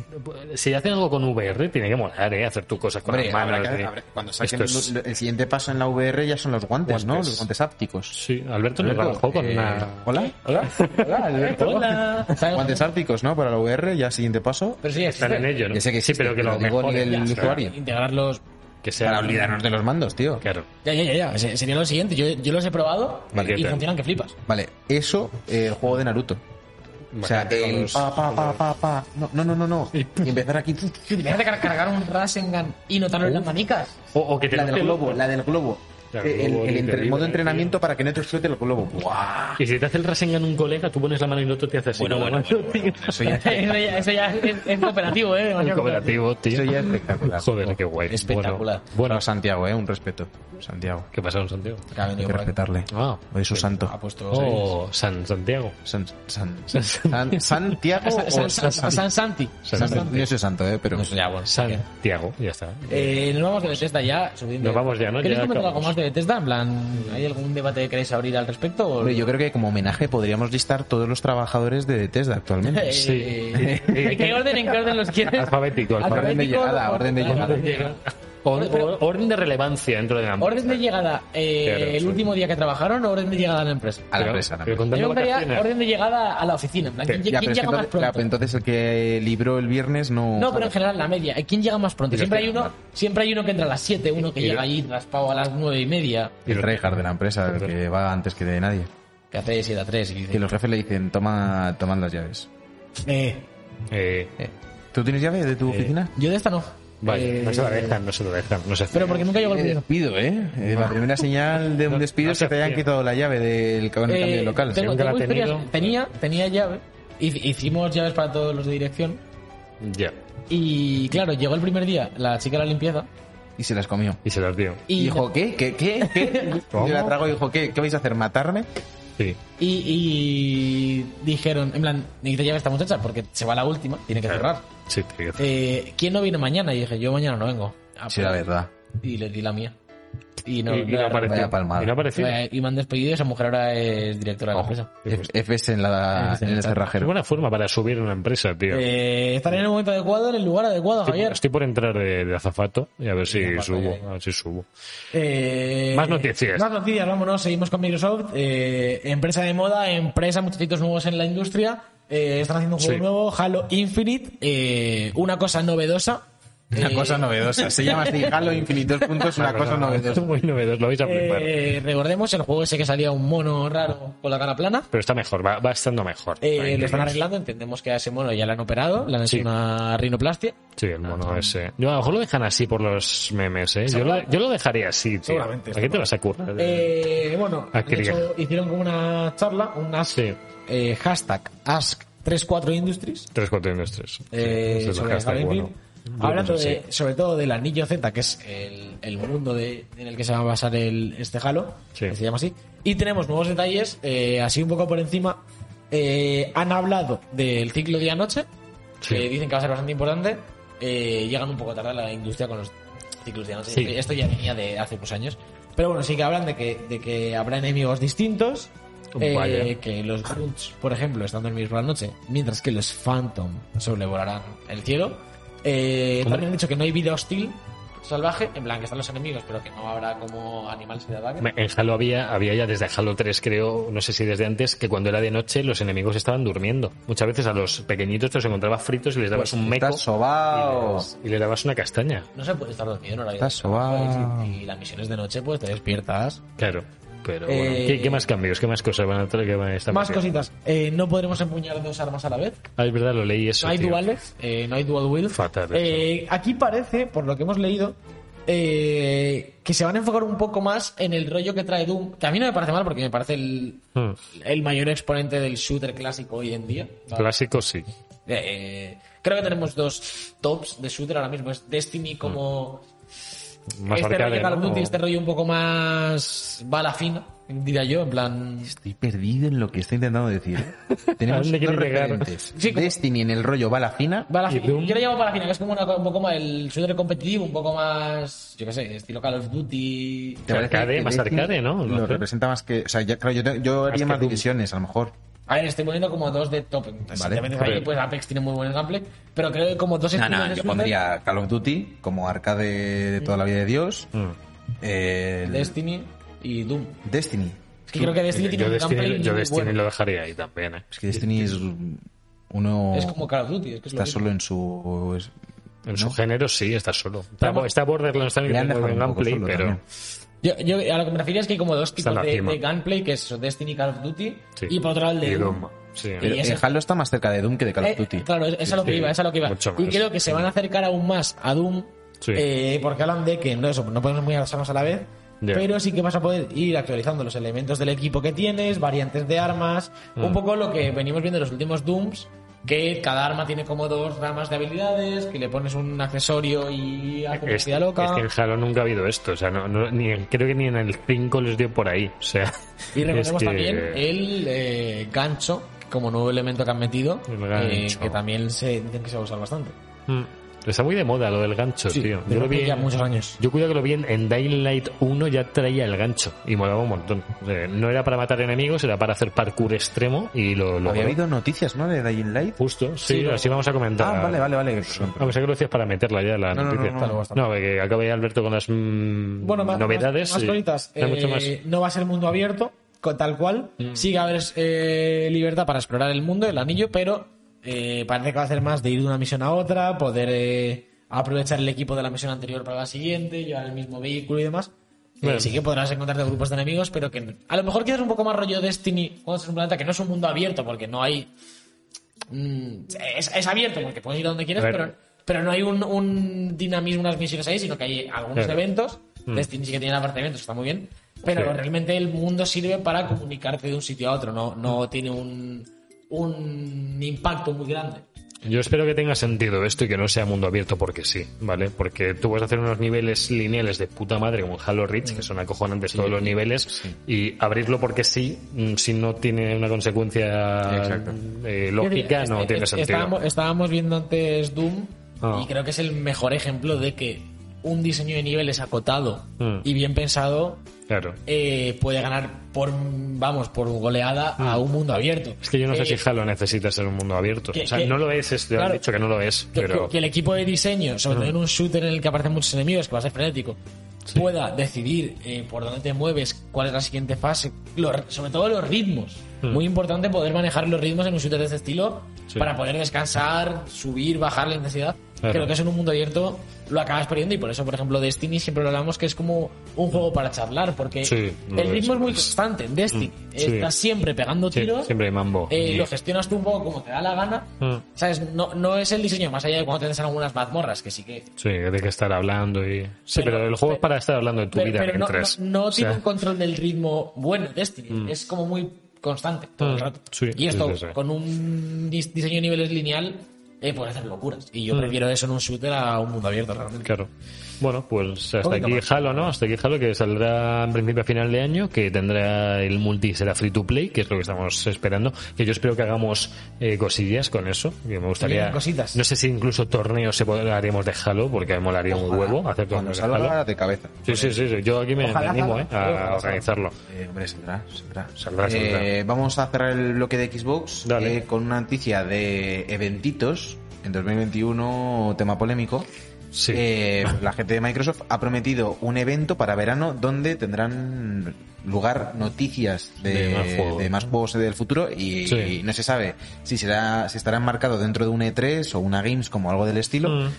Si hacen algo con VR, tiene que molar, ¿eh? Hacer tus cosas con Hombre, las manos, habrá que- ¿eh? habrá- cuando saquen Esto es- lo- el siguiente paso en la VR ya son los guantes, ¿no? Guantes. Los guantes ápticos. Sí, Alberto nos trabajó con eh, una. ¿Hola? ¿Hola? ¿Hola, Alberto? Hola. Guantes ápticos, ¿no? Para la VR, ya siguiente paso. Pero sí, este, Están en ello, ¿no? Ya sé que sí, existe, pero que pero lo digo a mejor nivel usuario. Integrarlos. Que sea. Para olvidarnos de los mandos, tío. Claro. Ya, ya, ya, ya. Se- Sería lo siguiente. Yo, yo los he probado Vale, y ya. funcionan que flipas. Vale, eso, eh, el juego de Naruto. O sea, Bueno, con el los- pa, pa, pa, pa, pa. No, no, no, no, no. Y empezar aquí. Imagínate car- cargar un Rasengan y no tener las manicas. O, o que te La del note el- globo, la del globo. La del Eh, El, globo el que te entre- vibra, modo tío. entrenamiento para que no te explote el globo. ¡Buah! Y si te hace el Rasengan un colega, tú pones la mano y el otro te hace así. con la mano, tío. Eso ya, eso ya, eso ya es, es cooperativo, ¿eh? El Demasiado cooperativo, tío. eso ya es espectacular. Joder, qué guay. Espectacular. Bueno, Bueno, Bueno, Santiago, eh, un respeto. Santiago. ¿qué pasaron, Santiago? cooperativo. Que ha Hay venido que por aquí. respetarle. Ah. Hoy es su santo. Ha puesto. Oh, San Santiago. San, san, san- Santiago San, o San- San- San Santi. Oh. San- Yo soy santo, eh, pero. No sé, ya, bueno. Santiago, ya está. Eh, nos vamos de Bethesda ya. subiendo. Nos vamos ya, ¿no? ¿Queréis Ya comentar algo acabamos. más de Bethesda? En plan, ¿hay algún debate que queréis abrir al respecto? o- Hombre, yo creo que como homenaje podríamos listar todos los trabajadores de Bethesda actualmente. Eh, Sí. ¿En qué orden, en qué orden los quieres? Alfabético, alfabético. Orden de llegada, orden de llegada. O- o- orden de relevancia dentro de la empresa. Orden de llegada, eh, Claro, el sí. último día que trabajaron o orden de llegada a la empresa. A la Pero- empresa, a la pero empresa. Yo me contando gustaría vacaciones. orden de llegada a la oficina. en plan, ¿Quién, Ya, quién pero es que llega más entonces, pronto? claro, pero entonces el que libró el viernes no. No, pero en general la media. ¿eh? ¿Quién llega más pronto? Y los Siempre que hay uno, llegan siempre hay uno que entra a las 7, uno que Y llega los- allí raspado a las 9 y media, El Reinhardt de la empresa, el que va antes que de nadie. que hace 7 a 3 y Que dice, los jefes le dicen, toma, tomad las llaves. eh, Eh, Eh, ¿Tú tienes llave de tu oficina? yo de esta no. vale, Eh, no se lo dejan, no se lo dejan. No se hace. Pero porque nunca llegó el primero. despido, ¿eh? Eh, La primera señal de un No, despido no es que se te hayan hacía. quitado la llave del cambio Eh, de local. tengo- Según que la tengo ha tenido. pues. historias- tenía, tenía llave. Hic- Hicimos llaves para todos los de dirección. Ya. Y claro, llegó el primer día la chica de la limpieza. Y se las comió. Y se las dio. Y Y, dijo, ¿qué? ¿Qué? ¿Qué? ¿Qué? ¿Cómo? Yo la trago y dijo, ¿qué? ¿Qué vais a hacer? ¿Matarme? Sí. Y, y dijeron, en plan, ni te lleve esta muchacha porque se va la última, tiene que cerrar. Sí, tiene que- Eh, ¿Quién no viene mañana? Y dije, yo mañana no vengo. Ah, Sí, la pues, verdad. Y le di la mía. Y no, y, y no no era- apareció. vaya palmada. Y no apareció. Vaya, y me han despedido y esa mujer ahora es directora de la Ojo. empresa. F- FS en, la, FS en en el el Es cerrajero. buena forma para subir una empresa, tío. Eh, estaré en el momento adecuado, en el lugar adecuado, estoy, Javier. estoy por entrar de, de azafato y a ver si Azafato, subo. ya, ya. A ver si subo. Eh, Más noticias. Más noticias, vámonos, seguimos con Microsoft. Eh, empresa de moda, empresa, muchachitos nuevos en la industria. Eh, están haciendo un juego Sí. nuevo, Halo Infinite. eh, una cosa novedosa. Una Eh, cosa novedosa. Se llama así Halo Infinitos Puntos, una cosa novedosa. Muy novedoso, lo vais a flipar. eh, recordemos el juego ese que salía un mono raro con la cara plana. Pero está mejor, va, va estando mejor. Eh, Ahí lo están tenéis. arreglando, entendemos que a ese mono ya le han operado, le han hecho Sí. una rinoplastia. Sí, el mono ese. Yo a lo mejor lo dejan así por los memes, ¿eh? Yo lo, yo lo dejaría así, tío. Seguramente, ¿A qué te vas a currar? Eh, bueno, Ah, han quería. hecho- hicieron como una charla, un ask, Sí. eh, hashtag ask34industries. 3, 4 industrias. Ese eh, es el sobre hashtag Halo bueno. Infinite. Yo Hablando pienso de, así. sobre todo del anillo Z, que es el, el mundo de- en el que se va a basar el, este Halo, Sí. que se llama así. Y tenemos nuevos detalles, eh, así un poco por encima. Eh, han hablado del ciclo día-noche, Sí. que dicen que va a ser bastante importante. Eh, llegan un poco tarde a la industria con los ciclos día-noche. Sí. Esto ya venía de hace unos años. Pero bueno, sí que hablan de que, de que habrá enemigos distintos. eh, Vaya. que los Grunts, por ejemplo, están dormidos por la noche, mientras que los Phantom sobrevolarán el cielo. Eh, Hombre. también han dicho que no hay vida hostil salvaje, en plan que están los enemigos, pero que no habrá como animales de ataque. Me- En Halo había, había ya desde Halo 3, creo, no sé si desde antes, que cuando era de noche los enemigos estaban durmiendo. Muchas veces a los pequeñitos te los encontrabas fritos y les dabas Pues un meco Estás sobao. y, les, y le dabas una castaña. No se puede estar dormido en horario. Estás de trabajo, sobao. Y, y las misiones de noche, pues te despiertas. Claro. Pero bueno, Eh, ¿qué, qué más cambios? ¿Qué más cosas van a traer? que van a estar Más metiendo? cositas. Eh, no podremos empuñar dos armas a la vez. Ah, es verdad, lo leí eso. No hay tío. duales, eh, no hay dual wield. Fatal, Eh, aquí parece, por lo que hemos leído, eh, que se van a enfocar un poco más en el rollo que trae Doom. Que a mí no me parece mal porque me parece el, Hmm. el mayor exponente del shooter clásico hoy en día. ¿vale? Clásico, sí. Eh, creo que tenemos dos tops de shooter ahora mismo. Es Destiny como Mm. Más este arcade, rollo Call of ¿no? Duty, O- este rollo un poco más bala fina, diría yo, en plan... Estoy perdido en lo que está intentando decir. ¿eh? ¿A Tenemos dónde dos quiere llegar? referentes. Sí, como- Destiny en el rollo bala fina. Bala ¿Y fina. Doom? Yo le llamo bala fina, que es como una, un poco más el shooter competitivo, un poco más, yo qué sé, estilo Call of Duty. ¿Te parece Arcade, que más Destiny arcade, ¿no? Lo No sé. representa más que. O sea, ya, claro, yo, te- yo haría que más Doom. divisiones, a lo mejor. A ver, estoy poniendo como dos de top. Sinceramente, Vale. ahí, pues Apex tiene muy buen gameplay, pero creo que como dos No, estilos no, de yo shooter, pondría Call of Duty como arcade de toda la vida de Dios. Hmm. Mm. el- Destiny y Doom. Destiny. Es que creo que Destiny tiene Yo un Destiny, gameplay yo muy Destiny bueno. lo dejaría ahí también, ¿eh? Es que Destiny es uno. Es como Call of Duty, es que es lo está mismo. solo en su. es- En su género sí, está solo. Está, Vamos. está Borderlands también, Le han que tiene dejado buen un poco gameplay, solo pero... también. Yo, yo a lo que me refiero es que hay como dos tipos Están de, encima. de gameplay, que es eso, Destiny Call of Duty, sí. y por otro lado el de Y Doom. Doom, Sí. Pero Y ese- eh, Halo está más cerca de Doom que de Call Eh, of Duty. claro, es, es a lo que Sí, iba, es a lo que iba. mucho Y más. creo que se van a acercar aún más a Doom, Sí. eh, porque hablan de que no, eso, no podemos muy a las armas a la vez, Ya. pero sí que vas a poder ir actualizando los elementos del equipo que tienes, variantes de armas, Mm. un poco lo que venimos viendo en los últimos Dooms, que cada arma tiene como dos ramas de habilidades, que le pones un accesorio y hace una Es, vida loca. es que en Halo nunca ha habido esto, o sea, no, no- ni, en- creo que ni en el 5 les dio por ahí, o sea... Y recordemos es que- también el eh, gancho como nuevo elemento que han metido, El eh, gancho. que también se dicen que se va a usar bastante. Mm. Está muy de moda lo del gancho, Sí, tío. Yo pero lo vi ya en- muchos años. Yo cuido que lo vi en, en Dying Light 1 ya traía el gancho y molaba un montón. O sea, no era para matar enemigos, era para hacer parkour extremo y lo, lo Había logró. habido noticias, ¿no? De Dying Light. Justo, sí, Sí, lo- así vamos a comentar. Ah, vale, vale, vale. perdón, A perdón. pensé que lo decías para meterla ya la No, no, noticia. no, no, no, basta. que acaba ya Alberto con las mm, Bueno, más, novedades. más, más y- cositas. no hay mucho Eh, más. Mm. No va a ser mundo abierto, con tal cual. Sí que va a haber eh, libertad para explorar el mundo, el anillo, pero eh, parece que va a ser más de ir de una misión a otra, poder eh, aprovechar el equipo de la misión anterior para la siguiente, llevar el mismo vehículo y demás. Eh, Bueno. sí que podrás encontrarte grupos de enemigos, pero que a lo mejor quieres un poco más rollo Destiny cuando es un planeta que no es un mundo abierto, porque no hay Mm, es, es abierto porque puedes ir a donde quieres, A ver. pero, pero no hay un, un dinamismo, unas misiones ahí, sino que hay algunos Claro. eventos. Destiny sí que tiene la parte de eventos, está muy bien. Pero Mm. Sí. realmente el mundo sirve para comunicarte de un sitio a otro, no, no tiene un, un impacto muy grande. Yo espero que tenga sentido esto y que no sea mundo abierto porque sí, ¿vale? Porque tú vas a hacer unos niveles lineales de puta madre como en Halo Reach, que son acojonantes todos los niveles, y abrirlo porque sí, mm, si no tiene una consecuencia Exacto. eh, lógica, Este- no este- tiene este- sentido. Estábamos, estábamos viendo antes Doom Ah. y creo que es el mejor ejemplo de que un diseño de niveles acotado Mm. y bien pensado Claro. eh, puede ganar por vamos por goleada a un mundo abierto. Mm. Es que yo no sé Eh, si Halo necesita ser un mundo abierto. que- o sea, que- no lo es, es lo han claro. dicho que no lo es, que, pero... que- que el equipo de diseño, sobre todo en un shooter en el que aparecen muchos enemigos, que va a ser frenético, pueda decidir eh, por dónde te mueves, cuál es la siguiente fase, lo- sobre todo los ritmos. Mm. Muy importante poder manejar los ritmos en un shooter de este estilo Sí. para poder descansar, subir, bajar la intensidad. Claro. Creo que eso en un mundo abierto lo acabas perdiendo y por eso, por ejemplo, Destiny siempre lo hablamos que es como un juego para charlar porque Sí, lo el ritmo es. es muy constante en Destiny. Mm, sí. Estás siempre pegando Sí, tiros siempre hay mambo. eh, Y- lo gestionas tú un poco como te da la gana. Mm. ¿Sabes? No, no es el diseño, más allá de cuando tienes algunas mazmorras, que sí que. Sí, de que estar hablando y... Sí, pero, Pero- el juego es pero- para estar hablando de tu Pero, vida pero no, mientras... no- no o tiene sea, un control del ritmo bueno Destiny. Es como muy constante todo Mm, el rato. Hmm. sí, y esto, sí, sí, sí. con un dis- diseño de niveles lineal, eh, puedes hacer locuras. Y yo prefiero eso en un shooter a un mundo abierto, realmente. Hmm. Claro. Bueno, pues hasta Poquito aquí más. Halo, ¿no? Hasta aquí Halo, que saldrá en principio a final de año, que tendrá el multi, será free to play, que es lo que estamos esperando. Que yo espero que hagamos eh, cosillas con eso. Que me gustaría. vienen cositas. No sé si incluso torneos se pod- haremos de Halo, porque me molaría un huevo hacer Cuando torneos de Halo. salga de cabeza. Sí, sí, sí, sí. Yo aquí me, me Ojalá animo, ¿eh? salga. Ojalá A salga. organizarlo. Eh, hombre, saldrá, saldrá. Saldrá, saldrá. Eh, vamos a cerrar el bloque de Xbox Dale. eh, con una noticia de eventitos. En 2021, tema polémico. Sí. Eh, la gente de Microsoft ha prometido un evento para verano donde tendrán lugar noticias de, De más juegos. de más juegos del futuro y, Sí. y no se sabe si será si estará enmarcado dentro de un E3 o una Games como algo del estilo Mm.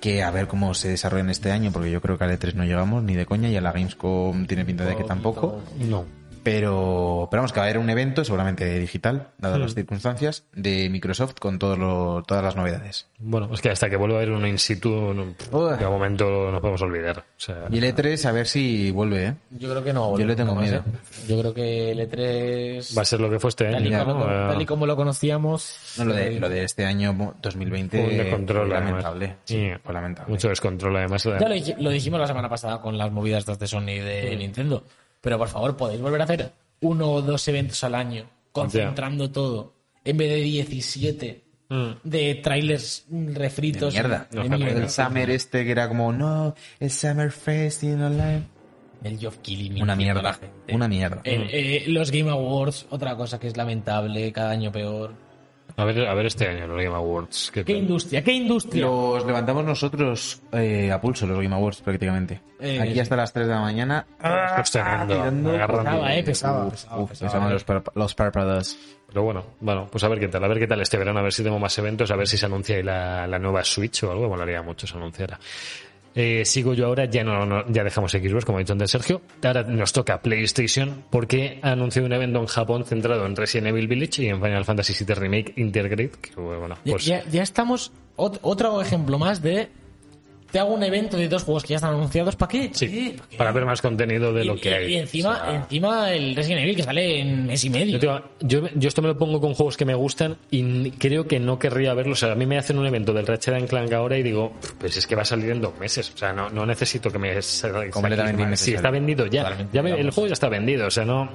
que a ver cómo se desarrollan este año, porque yo creo que al E3 no llegamos ni de coña y a la Gamescom tiene pinta de que Oh, tampoco. No. Pero, pero vamos, que va a haber un evento, seguramente digital, Hmm. dadas las circunstancias, de Microsoft con todos lo- todas las novedades. Bueno, es que hasta que vuelva a haber un in situ, no, Uah. de momento nos podemos olvidar. O sea, Y el E3, a ver si vuelve, ¿eh. Yo creo que no. Yo le tengo no sé. miedo. Yo creo que el E3. va a ser lo que fue este tal, y año. Ya, como ¿no? lo- Ah. tal y como lo conocíamos. No, lo de, eh, lo de este año mo- 2020 Un descontrol, fue además. lamentable. Sí, Sí. fue lamentable. Mucho descontrol, además. Ya lo, dij- lo dijimos la semana pasada con las movidas estas de Sony y de Nintendo. Pero por favor, podéis volver a hacer uno o dos eventos al año, concentrando todo, en vez de 17 Mm. de trailers mm, refritos. De mierda. de Ojalá. mierda. El Summer este que era como, no, el Summer Fest in online. El Geoff Keighley Una mintiendo a la mierda. gente. Una mierda. El- eh, los Game Awards, otra cosa que es lamentable, cada año peor. A ver, a ver este año los Game Awards. ¿qué ¿Qué tal? industria? ¿Qué industria? Los levantamos nosotros eh, a pulso, los Game Awards prácticamente. Eh, Aquí sí. hasta las 3 de la mañana. Ah, Sostenendo, tirando. agarrando. Pesaba, eh, pesaba, Uf, pesaba, uf, pesaba. pesaban los, párpa- los párpados. Pero bueno, bueno, pues a ver qué tal, a ver qué tal este verano, a ver si tengo más eventos, a ver si se anuncia ahí la, la nueva Switch o algo, me molaría mucho se anunciara. Eh, sigo yo ahora, ya no, no- ya dejamos Xbox, como ha dicho antes Sergio. Ahora nos toca PlayStation, porque ha anunciado un evento en Japón centrado en Resident Evil Village y en Final Fantasy VII Remake Intergrade, que bueno, Ya, pues ya- ya estamos. ot- otro ejemplo más de. Te hago un evento de dos juegos que ya están anunciados. ¿Para qué? sí, ¿Qué? ¿Para qué? para ver más contenido de eh, Y- lo que y- hay. Y encima, O sea, encima el Resident Evil que sale en mes y Yo, medio. te digo, yo- yo esto me lo pongo con juegos que me gustan y n- creo que no querría verlo. O sea, a mí me hacen un evento del Ratchet and Clank ahora y digo, pues es que va a salir en dos meses. O sea, no, no necesito que me... sa- Completamente saquéis más. Sí, innecesario. está vendido ya. Totalmente, ya me- el vamos. juego ya está vendido. O sea, no...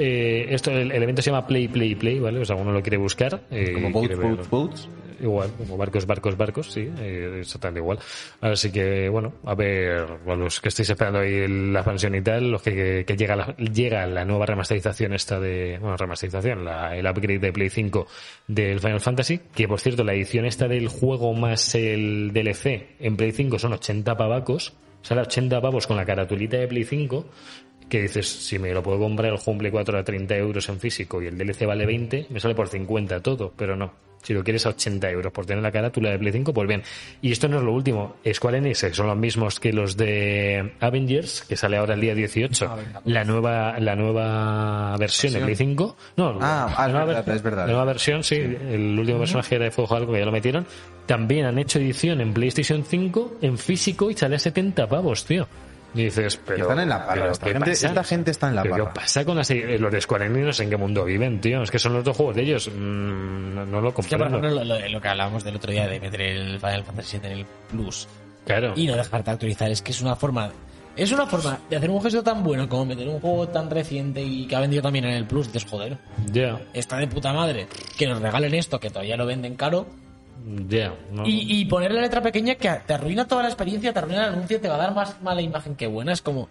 Eh, esto, el, el evento se llama Play, Play, Play, ¿vale? O sea, uno lo quiere buscar. eh, Como quiere boats, ver- boats, boats. Igual, como barcos, barcos, barcos, sí, eh, exactamente igual. Así que, bueno, a ver, a los que estáis esperando ahí la expansión y tal, los que, que llega, la, llega la nueva remasterización esta de, bueno, remasterización, la- el upgrade de Play 5 del Final Fantasy, que por cierto, la edición esta del juego más el DLC en Play 5 son 80 pavacos, sale a 80 pavos con la caratulita de Play 5, que dices, si me lo puedo comprar el juego en Play 4 a 30 euros en físico y el DLC vale 20, me sale por 50 todo, pero no. Si lo quieres a 80 euros por tener la carátula de Play 5, pues bien. Y esto no es lo último. Square Enix eh, son los mismos que los de Avengers, que sale ahora el día Ah, 18. pues. La nueva, la nueva versión de Play 5. No, Ah, ah, es la nueva verdad, ver- es verdad. la nueva versión, sí. El último personaje era de Fuego Algo, que ya lo metieron. También han hecho edición en PlayStation 5 en físico y sale a 70 pavos, tío. Y dices, pero. Están en la parra, pero esta ¿qué gente- pasa? esta gente está en la Pero parra. ¿Qué pasa con las, eh, los de Square Enix? No sé en qué mundo viven, tío. Es que son los dos juegos de ellos. Mm, no, no lo Es que, por comprendo. ejemplo, lo, lo- lo que hablábamos del otro día de meter el Final Fantasy VII en el Plus claro. y no dejarte actualizar, es que es una forma. Es una forma de hacer un gesto tan bueno como meter un juego tan reciente y que ha vendido también en el Plus. Dices, joder, Ya, está de puta madre que nos regalen esto, que todavía lo venden caro. ya. no. Y, y poner la letra pequeña que te arruina toda la experiencia, te arruina el anuncio, te va a dar más mala imagen que buena. Es como,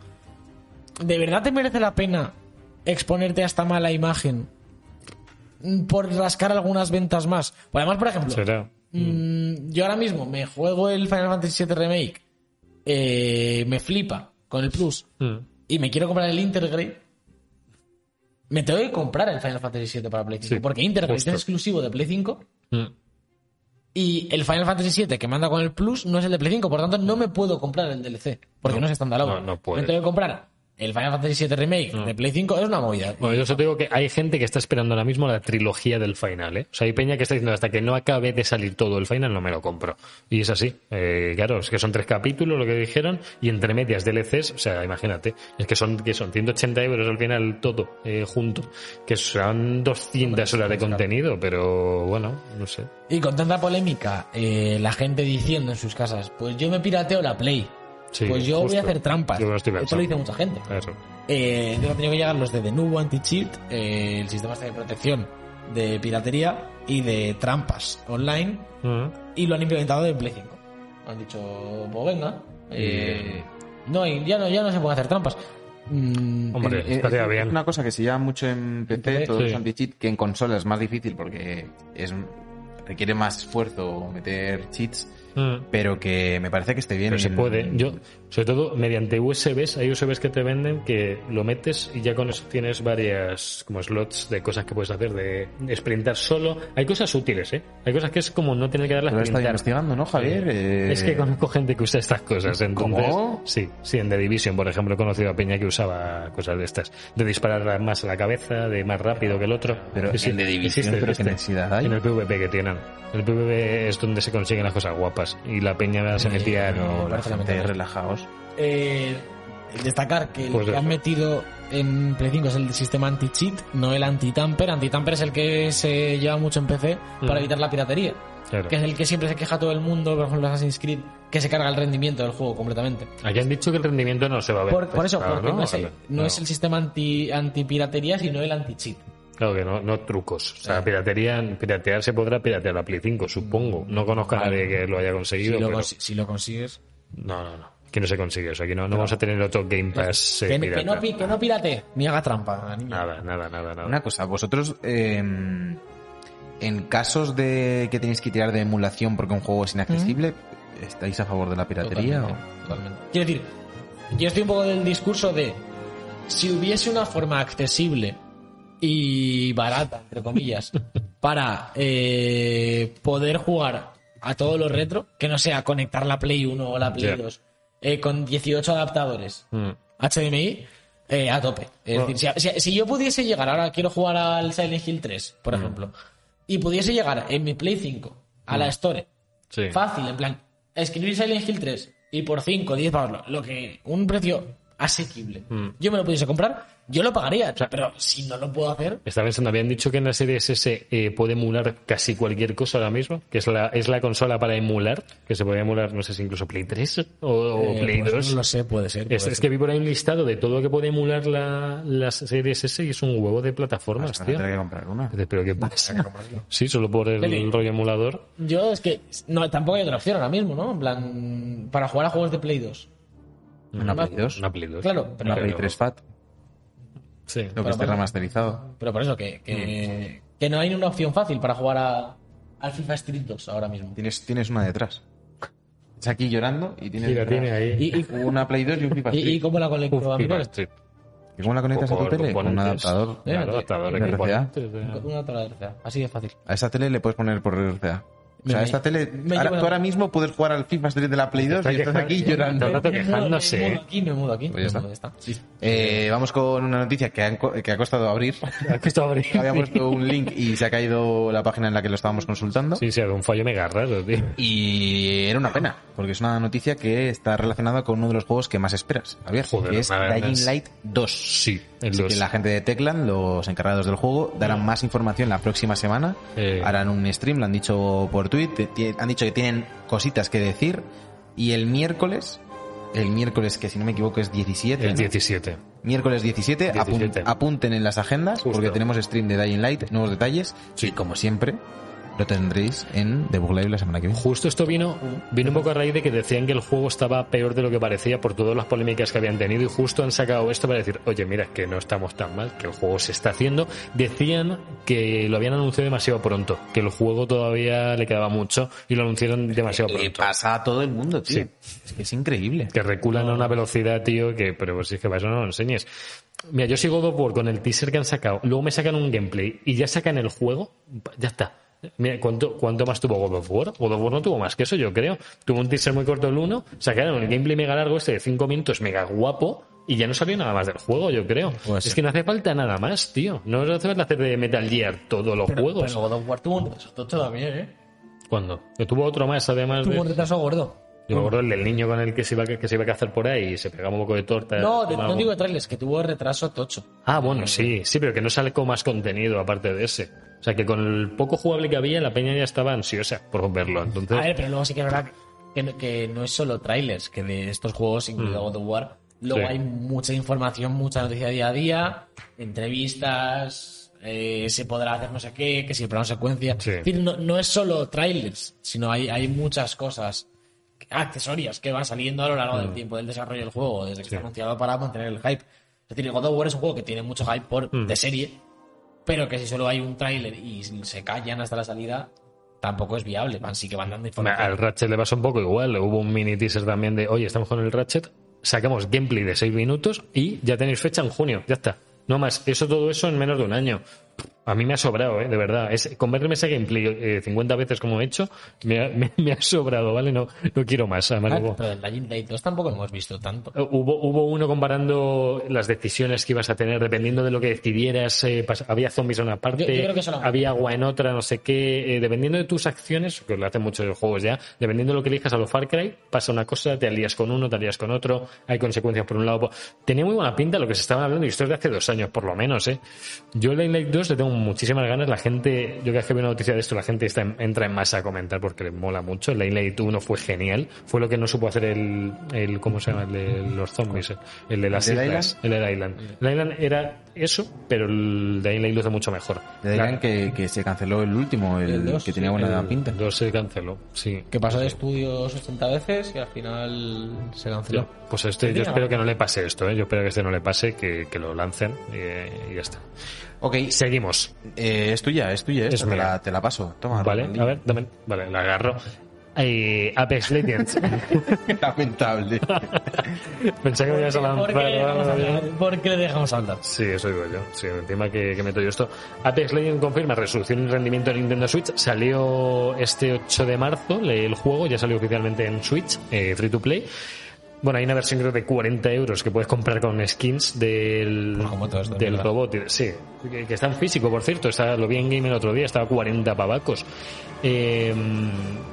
¿de verdad te merece la pena exponerte a esta mala imagen mm, por rascar algunas ventas más? Pues además, por ejemplo, Será. Mm, yo ahora mismo me juego el Final Fantasy VII Remake, eh, me flipa con el Plus Mm. y me quiero comprar el Intergrade. Me tengo que comprar el Final Fantasy VII para Play 5 Sí, porque Intergrade justo. es exclusivo de Play 5 Mm. y el Final Fantasy VII que manda con el Plus no es el de Play 5, por tanto no me puedo comprar el DLC porque no, es estándar no, no puedes. me tengo que comprar el Final Fantasy VII Remake de Play 5 es una movida. Bueno, yo solo digo que hay gente que está esperando ahora mismo la trilogía del final, ¿eh? O sea, hay peña que está diciendo hasta que no acabe de salir todo el final no me lo compro. Y es así. Eh, claro, es que son tres capítulos lo que dijeron y entre medias DLCs, o sea, imagínate, es que son, que son 180 euros al final todo eh, junto, que son 200 horas de contenido, pero bueno, no sé. Y con tanta polémica, eh, la gente diciendo en sus casas, pues yo me pirateo la Play. Sí, pues yo voy a justo. hacer trampas. Yo no estoy Eso pensando. lo dice mucha gente. Eso. Eh, entonces han tenido que llegar los de The Nubo Anti-Cheat, eh, el sistema este de protección de piratería y de trampas online, Ujú. y lo han implementado en Play 5. Han dicho, pues venga, eh, no, hay- ya no, ya no se pueden hacer trampas. Mm, Hombre, Eh, eh, estaría es bien. una cosa que se llama mucho en PC, PC, todos los sí. anti-cheat, que en consola es más difícil porque es requiere más esfuerzo meter cheats, Mm. pero que me parece que esté bien. Pero se en- puede. Yo, sobre todo mediante USBs, hay USBs que te venden que lo metes y ya con eso tienes varias como slots de cosas que puedes hacer, de sprintar solo. Hay cosas útiles, ¿eh? Hay cosas que es como no tener que darlas Lo he estado sprintar. investigando, ¿no, Javier? Eh, Es que conozco gente que usa estas cosas. Entonces, ¿Cómo? Sí, sí, en The Division, por ejemplo, he conocido a Peña que usaba cosas de estas. De disparar más a la cabeza, de más rápido que el otro. Pero Sí, sí, en The Division, existe, pero qué existe. necesidad hay. En el PvP que tienen. El PvP es donde se consiguen las cosas guapas. Y la Peña se metía en... Pero la Parece gente, lamentable. relajaos. eh, destacar que el Pues que eso. han metido en Play 5 es el sistema anti-cheat, no el anti-tamper. Anti-tamper es el que se lleva mucho en PC Mm. para evitar la piratería. Claro. que es el que siempre se queja todo el mundo, por ejemplo, Assassin's Creed, que se carga el rendimiento del juego completamente. Aquí han dicho que el rendimiento no se va a ver. pues Por, por eso, Claro, porque no, es, el, Vale. no es el sistema anti, antipiratería, sino el anti-cheat. Claro que no, no trucos. O sea, Claro. piratería, piratear se podrá piratear la Play 5, supongo. No conozco a nadie que lo haya Si, conseguido, lo pero... consi- si lo consigues. No, no, no. Aquí no se consigue eso. Aquí no, no vamos a tener otro Game Pass eh, que, que pirata. no, pi- que no pirate, ni haga trampa, niño. Nada, nada, nada, nada. Una cosa, vosotros eh, en casos de que tenéis que tirar de emulación porque un juego es inaccesible, ¿estáis a favor de la piratería? Totalmente, totalmente. Quiero decir, yo estoy un poco del discurso de si hubiese una forma accesible y barata, entre comillas, para eh, poder jugar a todo lo retro, que no sea conectar la Play 1 o la Play Ya. 2 eh, con 18 adaptadores Mm. HDMI eh, a tope. Es Bueno. decir, si, si- si yo pudiese llegar, ahora quiero jugar al Silent Hill 3, por Mm. ejemplo, y pudiese llegar en mi Play 5 a la Store Mm. Sí. Fácil, en plan, escribir Silent Hill 3 y por 5, 10 pavos, lo- lo que un precio asequible. Mm. Yo me lo pudiese comprar, yo lo pagaría, pero si no lo puedo hacer, Estaba pensando, habían dicho que en la Series S eh, puede emular casi cualquier cosa ahora mismo, que es la, es la consola para emular, que se puede emular, no sé si incluso Play 3 o, o eh, Play pues, 2. no lo sé, puede ser. Es, puede es ser. que vi por ahí un listado de todo lo que puede emular la, la Series S y es un huevo de plataformas, tío. Tendré que comprar una. Dices, ¿Pero qué pasa? Sí, solo por el, Peli. rollo emulador. Yo es que no, tampoco hay otra opción ahora mismo, ¿no? En plan, para jugar a juegos de Play 2. Una Play 2. Una Play 2. Claro, pero, Una Play 3 Fat. Sí. Lo que esté remasterizado. pero por eso que, que, Mm. que no hay una opción fácil para jugar a, al FIFA Street 2 ahora mismo. Tienes, tienes una detrás. Es aquí llorando y tienes Sí, la detrás tiene ahí. ¿Y, y, una Play 2 y un FIFA y- y Street. cómo la Uf, conecto a mi Pipa padre? Street. ¿Y cómo la conectas a tu Por tele? Con un componentes. adaptador. Claro, Eh, adaptador. de que RCA. componentes, eh. Una otra de RCA, así de fácil. A esta tele le puedes poner por RCA. O sea, Me- esta tele. me ahora- llevo la- tú ahora mismo puedes jugar al FIFA Street de la Play 2 Está y estás quejando- aquí Todo el llorando. rato Me mudo- Me quejándose. mudo aquí, me mudo aquí. Pues ya Me mudo, Eh, vamos con una noticia que, han co- que ha costado abrir. Ha costado abrir. Había puesto un link y se ha caído la página en la que lo estábamos consultando. Sí, sí, un fallo mega raro, tío. Y era una pena, porque es una noticia que está relacionada con uno de los juegos que más esperas, Javier, Joder, que es una verdad es- Dying Light 2. Sí, el Así 2. que la gente de Teclan, los encargados del juego, darán más información la próxima semana. Eh. Harán un stream, lo han dicho por tweet, ti- han dicho que tienen cositas que decir. Y el miércoles, el miércoles que si no me equivoco es 17, El ¿no? 17. miércoles 17, apun- 17. apunten en las agendas Justo. porque tenemos stream de Dying Light, nuevos detalles. Sí. Y como siempre, lo tendréis en Debug Live la semana que viene. Justo esto vino, vino un poco a raíz de que decían que el juego estaba peor de lo que parecía por todas las polémicas que habían tenido y justo han sacado esto para decir, oye, mira, que no estamos tan mal, que el juego se está haciendo. Decían que lo habían anunciado demasiado pronto, que el juego todavía le quedaba mucho y lo anunciaron demasiado Le pronto. pasa a todo el mundo, tío. Es que es increíble. Que reculan a una velocidad, tío, que, pero pues si es que para eso no lo enseñes. Mira, yo sigo God of War con el teaser que han sacado, luego me sacan un gameplay y ya sacan el juego, ya está. Mira, ¿cuánto, ¿cuánto más tuvo God of War? God of War no tuvo más que eso, yo creo. Tuvo un teaser muy corto el 1, sacaron el gameplay mega largo este de 5 minutos, mega guapo, y ya no salió nada más del juego, yo creo. Pues es sí. que no hace falta nada más, tío. No hace falta hacer de Metal Gear todos los Pero, juegos. pero God of War tuvo un retraso tocho también, ¿eh? ¿Cuándo? Que tuvo otro más, además Tuvo un de... retraso gordo. Yo me acuerdo el del niño con el que se iba, que se iba a cazar por ahí y se pegaba un poco de torta. No, de- Algo. no digo de trailers, que tuvo retraso tocho. Ah, bueno, sí, sí, pero que no sale con más contenido aparte de ese. O sea, que con el poco jugable que había, la peña ya estaba ansiosa por verlo. Entonces, A ver, pero luego sí que es verdad que no, que no es solo trailers, que de estos juegos, incluido God of War, luego Mm. Sí. hay mucha información, mucha noticia día a día, entrevistas, eh, se podrá hacer no sé qué, que si el plano secuencia. Sí. Es decir, no, no es solo trailers, sino hay, hay muchas cosas accesorias que van saliendo a lo largo Mm. del tiempo del desarrollo del juego, desde que está anunciado para mantener el hype. Es decir, el God of War es un juego que tiene mucho hype por, Mm. de serie, pero que si solo hay un tráiler y se callan hasta la salida, tampoco es viable. Van, sí que van dando ma- información. al Ratchet le pasa un poco igual. Hubo un mini teaser también de, oye, estamos con el Ratchet, sacamos gameplay de 6 minutos y ya tenéis fecha en junio, ya está. No más, eso todo eso en menos de un año. A mí me ha sobrado, ¿eh? de verdad. Es, con verme ese gameplay eh, 50 veces como he hecho, me ha, me- me ha sobrado, ¿vale? No, no quiero más. Además, Ah, luego- pero del Dying Light 2 tampoco hemos visto tanto. Eh, Hubo, hubo uno comparando las decisiones que ibas a tener dependiendo de lo que decidieras. eh, pas- había zombies en una parte, Yo- yo creo que eso no. había agua en otra, no sé qué. eh, dependiendo de tus acciones, que lo hacen muchos de los juegos ya, dependiendo de lo que elijas a los Far Cry, pasa una cosa, te alías con uno, te alías con otro, hay consecuencias por un lado. por- Tenía muy buena pinta lo que se estaban hablando y esto es de hace dos años, por lo menos. ¿eh? Yo Lane Lake 2 le tengo muchísimas ganas. La gente, yo cada vez que veo una noticia de esto, la gente está en- entra en masa a comentar porque les mola mucho. Lane Lake 1 fue genial. Fue lo que no supo hacer el, el ¿cómo se llama? El de los zombies. eh. El de las ¿El del islas. El del Island. El Island era eso, pero el de Lane Lake lo hace mucho mejor. Le dirán que, que se canceló el último, el, El dos, que tenía sí, buena El pinta. 2 se canceló, sí. Que pasó de estudios 80 veces y al final se canceló. Pues este, yo Tenía- espero que no le pase esto, ¿eh? Yo espero que este no le pase, que, que lo lancen eh, y ya está. Ok, Seguimos. eh, es tuya, es tuya, Es esta, te, mía. la, te la paso. Toma, Vale, Romaldi. a ver, dame. Vale, la agarro. Eh, Apex Legends. Lamentable. Pensé que me ibas a lanzar. ¿Por qué le dejamos ¿vale? hablar? ¿Por qué le dejamos hablar? Sí, eso digo yo. Sí, encima que, que meto yo esto. Apex Legends confirma resolución y rendimiento de Nintendo Switch. Salió este 8 de marzo le- el juego, ya salió oficialmente en Switch, eh, free to play. Bueno, hay una versión creo de 40 euros que puedes comprar con skins del, Pues como todo esto, del ¿verdad? robot. y- Sí, que, que está en físico, por cierto. Está, lo vi en Game el otro día, estaba a 40 pavacos. Eh,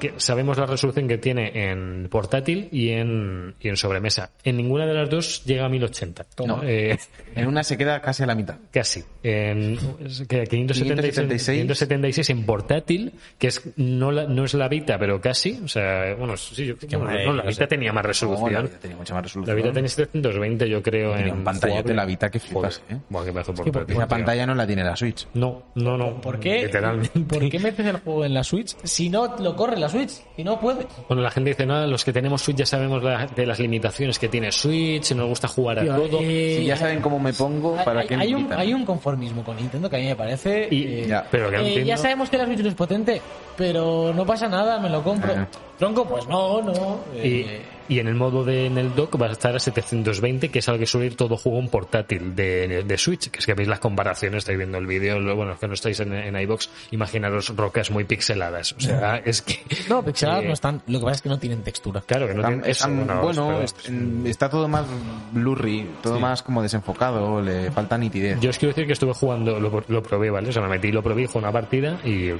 que sabemos la resolución que tiene en portátil y en, y en sobremesa. En ninguna de las dos llega a 1080. Toma. Eh, En una se queda casi a la mitad. Casi. En, es que 576, 576 en portátil, que es no, la- no es la Vita, pero casi. O sea, bueno, sí, yo, bueno, madre, no, la no Vita sé. tenía más No, la resolución. vida tenía mucha más la resolución. Vita tenía 720, yo creo, Tenía en un pantallote jugable. la Vita que flipas, Joder. ¿eh? Buah, qué pedazo por porque tío. Una pantalla no la tiene la Switch. No, no, no. ¿Por qué? Literalmente. ¿Por qué metes el juego en la Switch si no lo corre la Switch? Si no puede. Bueno, la gente dice, nada, los que tenemos Switch ya sabemos la- de las limitaciones que tiene Switch, nos gusta jugar a Tío, todo. eh, Si ya saben cómo me pongo, Hay, ¿para qué me hay un, invitan? hay un conformismo con Nintendo que a mí me parece. Y- eh, ya, pero que no eh, Pues entiendo. ya sabemos que la Switch no es potente, pero no pasa nada, me lo compro. Ajá. Tronco, pues no, no. Y, eh, y en el modo de en el dock va a estar a 720, que es al que suele ir todo juego en portátil de, de Switch, que es que veis las comparaciones, estáis viendo el vídeo, lo- bueno, los que no estáis en, en iBox, imaginaros rocas muy pixeladas. O sea, es que. no, pixeladas eh, no están. Lo que pasa es que no tienen textura. Claro que no Tan- tiene eso, tan- no, bueno, pero- est- en- está todo más blurry, todo más como desenfocado, le falta nitidez. Yo os quiero decir que estuve jugando, lo, lo probé, ¿vale? O sea, me metí, lo probé, fue una partida y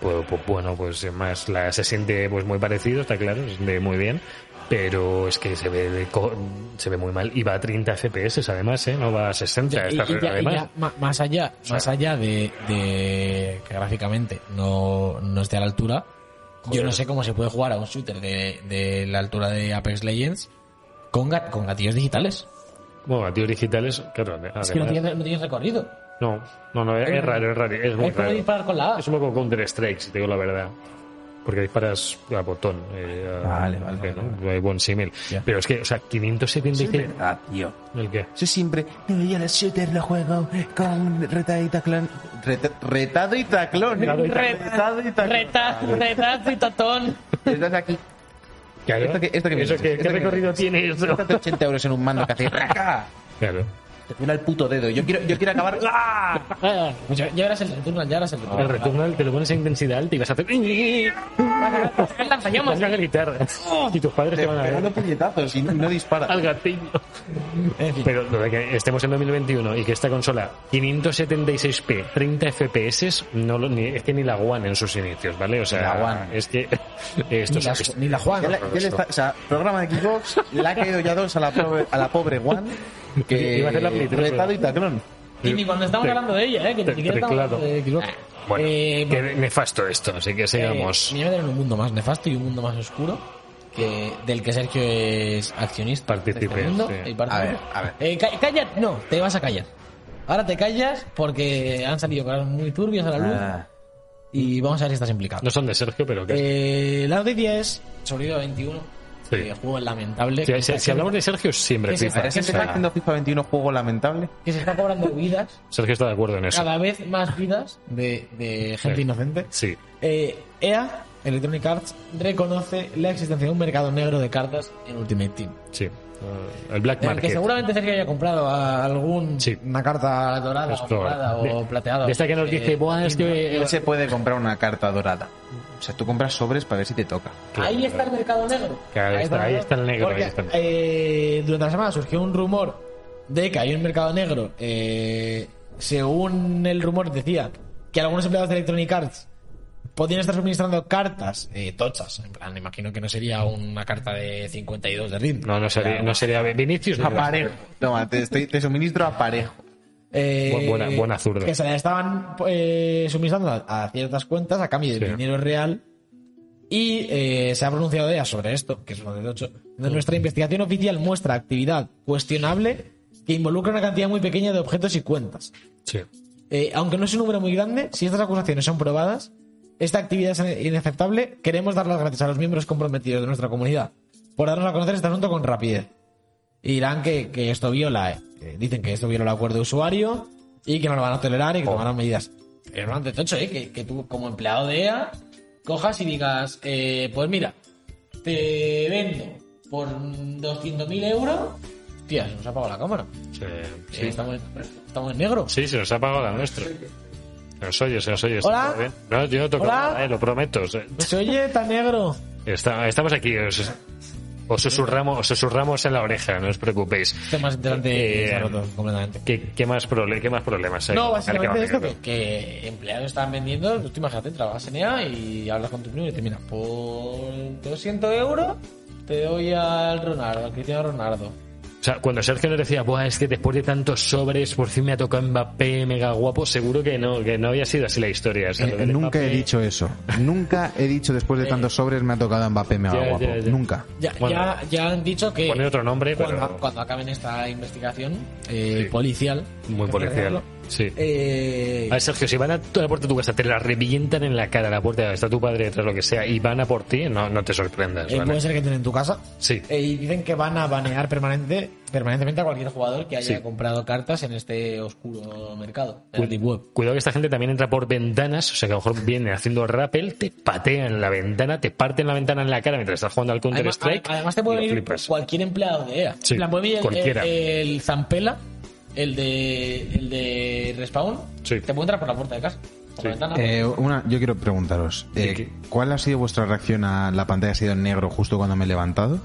pues, pues, bueno, pues más la, se siente pues muy parecido, está claro, se siente muy bien, pero es que se ve de co- se ve muy mal y va a 30 FPS además, ¿eh? No va a 60 Y- esta y ya- y además. ya, ma- más allá, ¿eh? sea- más allá de, de que gráficamente no, no esté a la altura, yo no sé cómo se puede jugar a un shooter de, de la altura de Apex Legends con, ga- con gatillos digitales. Bueno, a tíos digitales, claro, Es que no además- tienes, no tienes recorrido. no, no, no, es, es raro, es raro, es muy Es como raro. disparar con la A. Es un poco Counter Strike, si te digo la verdad. Porque disparas a botón. eh, a- Vale, vale, que, vale, ¿no? Hay buen símil. Ya. Pero es que, o sea, 576. Ah, tío. ¿El qué? Yo siempre, no, yo los shooters lo juego con retado y taclón. Reta- retado y taclón. Retado y Retado y taclón. taclón. reta, citatón. Estás aquí. Claro. Esto que- esto que me Eso dices, que- esto ¿Qué que me recorrido dices. tiene eso? Gástate 80 euros en un mando que hace raca. Claro. Te duele el puto dedo. Yo quiero, yo quiero acabar. ¡Ah! Ya ya verás el retorno, ya verás el retorno. El Returnal te lo pones a intensidad alta y vas a hacer... El Vas a gritar. Y tus padres te van a Pegando ver puñetazos y no, no dispara. al gatillo. En fin. Pero lo de que estemos en 2021 y que esta consola 576p, 30 FPS, no lo- ni- es que ni la One en sus inicios, ¿vale? O sea, Ni la One. es que esto Ni es... la, ni la Juan. Ya le- ya le está- o sea, programa de Xbox le ha caído ya dos a la pobre, a la pobre One que Iba a hacer la Play tres, retado y pero- taclón. Y ni cuando estamos Te- hablando de ella, ¿eh? Que te- ni siquiera estamos teclado. hablando de Xbox. Bueno, Eh, qué nefasto esto, así que sigamos. Eh, me en un mundo más nefasto y un mundo más oscuro que del que Sergio es accionista. Partícipe, de este mundo sí. y partícipe. A ver, a ver. Eh, ca- calla, no, te vas a callar. Ahora te callas porque han salido cosas muy turbias a la luz Ah. y vamos a ver si estás implicado. No son de Sergio, pero que... Eh, la noticia es Sonido 21, Sí. eh, juego lamentable. si, que si- está- si hablamos de Sergio, siempre ¿Qué es FIFA. esta? ¿Pero ¿Se está haciendo FIFA 21 juego lamentable? que se está cobrando vidas, Sergio está de acuerdo en eso. cada vez más vidas de, de gente Sí. inocente. Sí. Eh, EA, Electronic Arts, reconoce la existencia de un mercado negro de cartas en Ultimate Team. Sí. Eh, el Black En el que Market. seguramente Sergio haya comprado a algún Sí. una carta dorada, Es o probable. morada o eh, De- plateada. de esta que nos dice, "Buah, es que- Él se puede comprar una carta dorada. O sea, tú compras sobres para ver si te toca. Ahí está el mercado negro. Claro, está- ahí está el negro, Porque, ahí está. eh, durante la semana surgió un rumor de que hay un mercado negro. Eh, según el rumor decía que algunos empleados de Electronic Arts podían estar suministrando cartas eh, tochas. En plan, imagino que no sería una carta de 52 de ritmo. No, no sería, no sería Vinicius. no. Aparejo. Toma, te, estoy- te suministro aparejo. Eh, Bu- buena- buena zurda. Que se la estaban eh, suministrando a, a ciertas cuentas a cambio de Sí. dinero real. Y eh, se ha pronunciado ella sobre esto, que es lo del 8. Nuestra investigación oficial muestra actividad cuestionable que involucra una cantidad muy pequeña de objetos y cuentas. Sí. Eh, aunque no es un número muy grande, si estas acusaciones son probadas, esta actividad es inaceptable. Queremos dar las gracias a los miembros comprometidos de nuestra comunidad por darnos a conocer este asunto con rapidez. Y dirán que, que esto viola, eh, que dicen que esto viola el acuerdo de usuario y que no lo van a tolerar y que tomarán medidas. Pero no antes tocho, eh, que, que tú como empleado de EA cojas y digas, eh, pues mira, te vendo por 200.000 euros. Tía, se nos ha apagado la cámara. Sí. Eh, estamos, estamos en negro. Sí, se nos ha apagado la nuestra. Se nos oye, se nos oye. ¿está Hola. todo bien? No, yo no toco Hola. Pues nada, eh, lo prometo. Se oye tan negro. Está- estamos aquí. os- Os, Os susurramos, os susurramos en la oreja, no os preocupéis. Esto es más interesante Eh, que Naruto, completamente. ¿Qué, qué más, prole- qué más problemas hay? No, A básicamente ver, ¿qué esto más que, que empleados están vendiendo, tú imagínate, trabajas en EA y hablas con tu primo y te mira, por 200 euros te doy al Ronaldo, al Cristiano Ronaldo. O sea, cuando Sergio nos decía, Buah, es que después de tantos sobres, por fin me ha tocado Mbappé, mega guapo, seguro que no, que no había sido así la historia. o sea, lo Eh, del nunca he Mbappé- dicho eso. Nunca he dicho después de tantos sobres me ha tocado Mbappé, me Eh. Ya, va ya, guapo. ya. Nunca. Ya, Bueno, ya, ya han dicho que poner otro nombre, cuando, pero- cuando acaben esta investigación eh, Sí. policial, Muy que está policial. haciendo, Sí. eh, A ver, Sergio, si van a toda la puerta de tu casa, te la revientan en la cara, la puerta, está tu padre detrás, lo que sea, y van a por ti, no, no te sorprendas, eh, ¿vale? puede ser que estén en tu casa. Sí. Eh, y dicen que van a banear permanente, permanentemente a cualquier jugador que haya Sí. comprado cartas en este oscuro mercado, en Cu- el deep web. Cuidado que esta gente también entra por ventanas, o sea que a lo mejor viene haciendo rappel, te patean la ventana, te parten la ventana en la cara mientras estás jugando al Counter Además, Strike. a- además te y puede lo venir flipas. cualquier empleado de EA. Sí, En plan, puede venir el- cualquiera. el, el Zampela, el de, el de Respawn, Sí. te puede entrar por la puerta de casa. Por la ventana. Eh, una, yo quiero preguntaros, eh, Ah. ¿De qué? ¿cuál ha sido vuestra reacción a la pantalla ha sido en negro justo cuando me he levantado?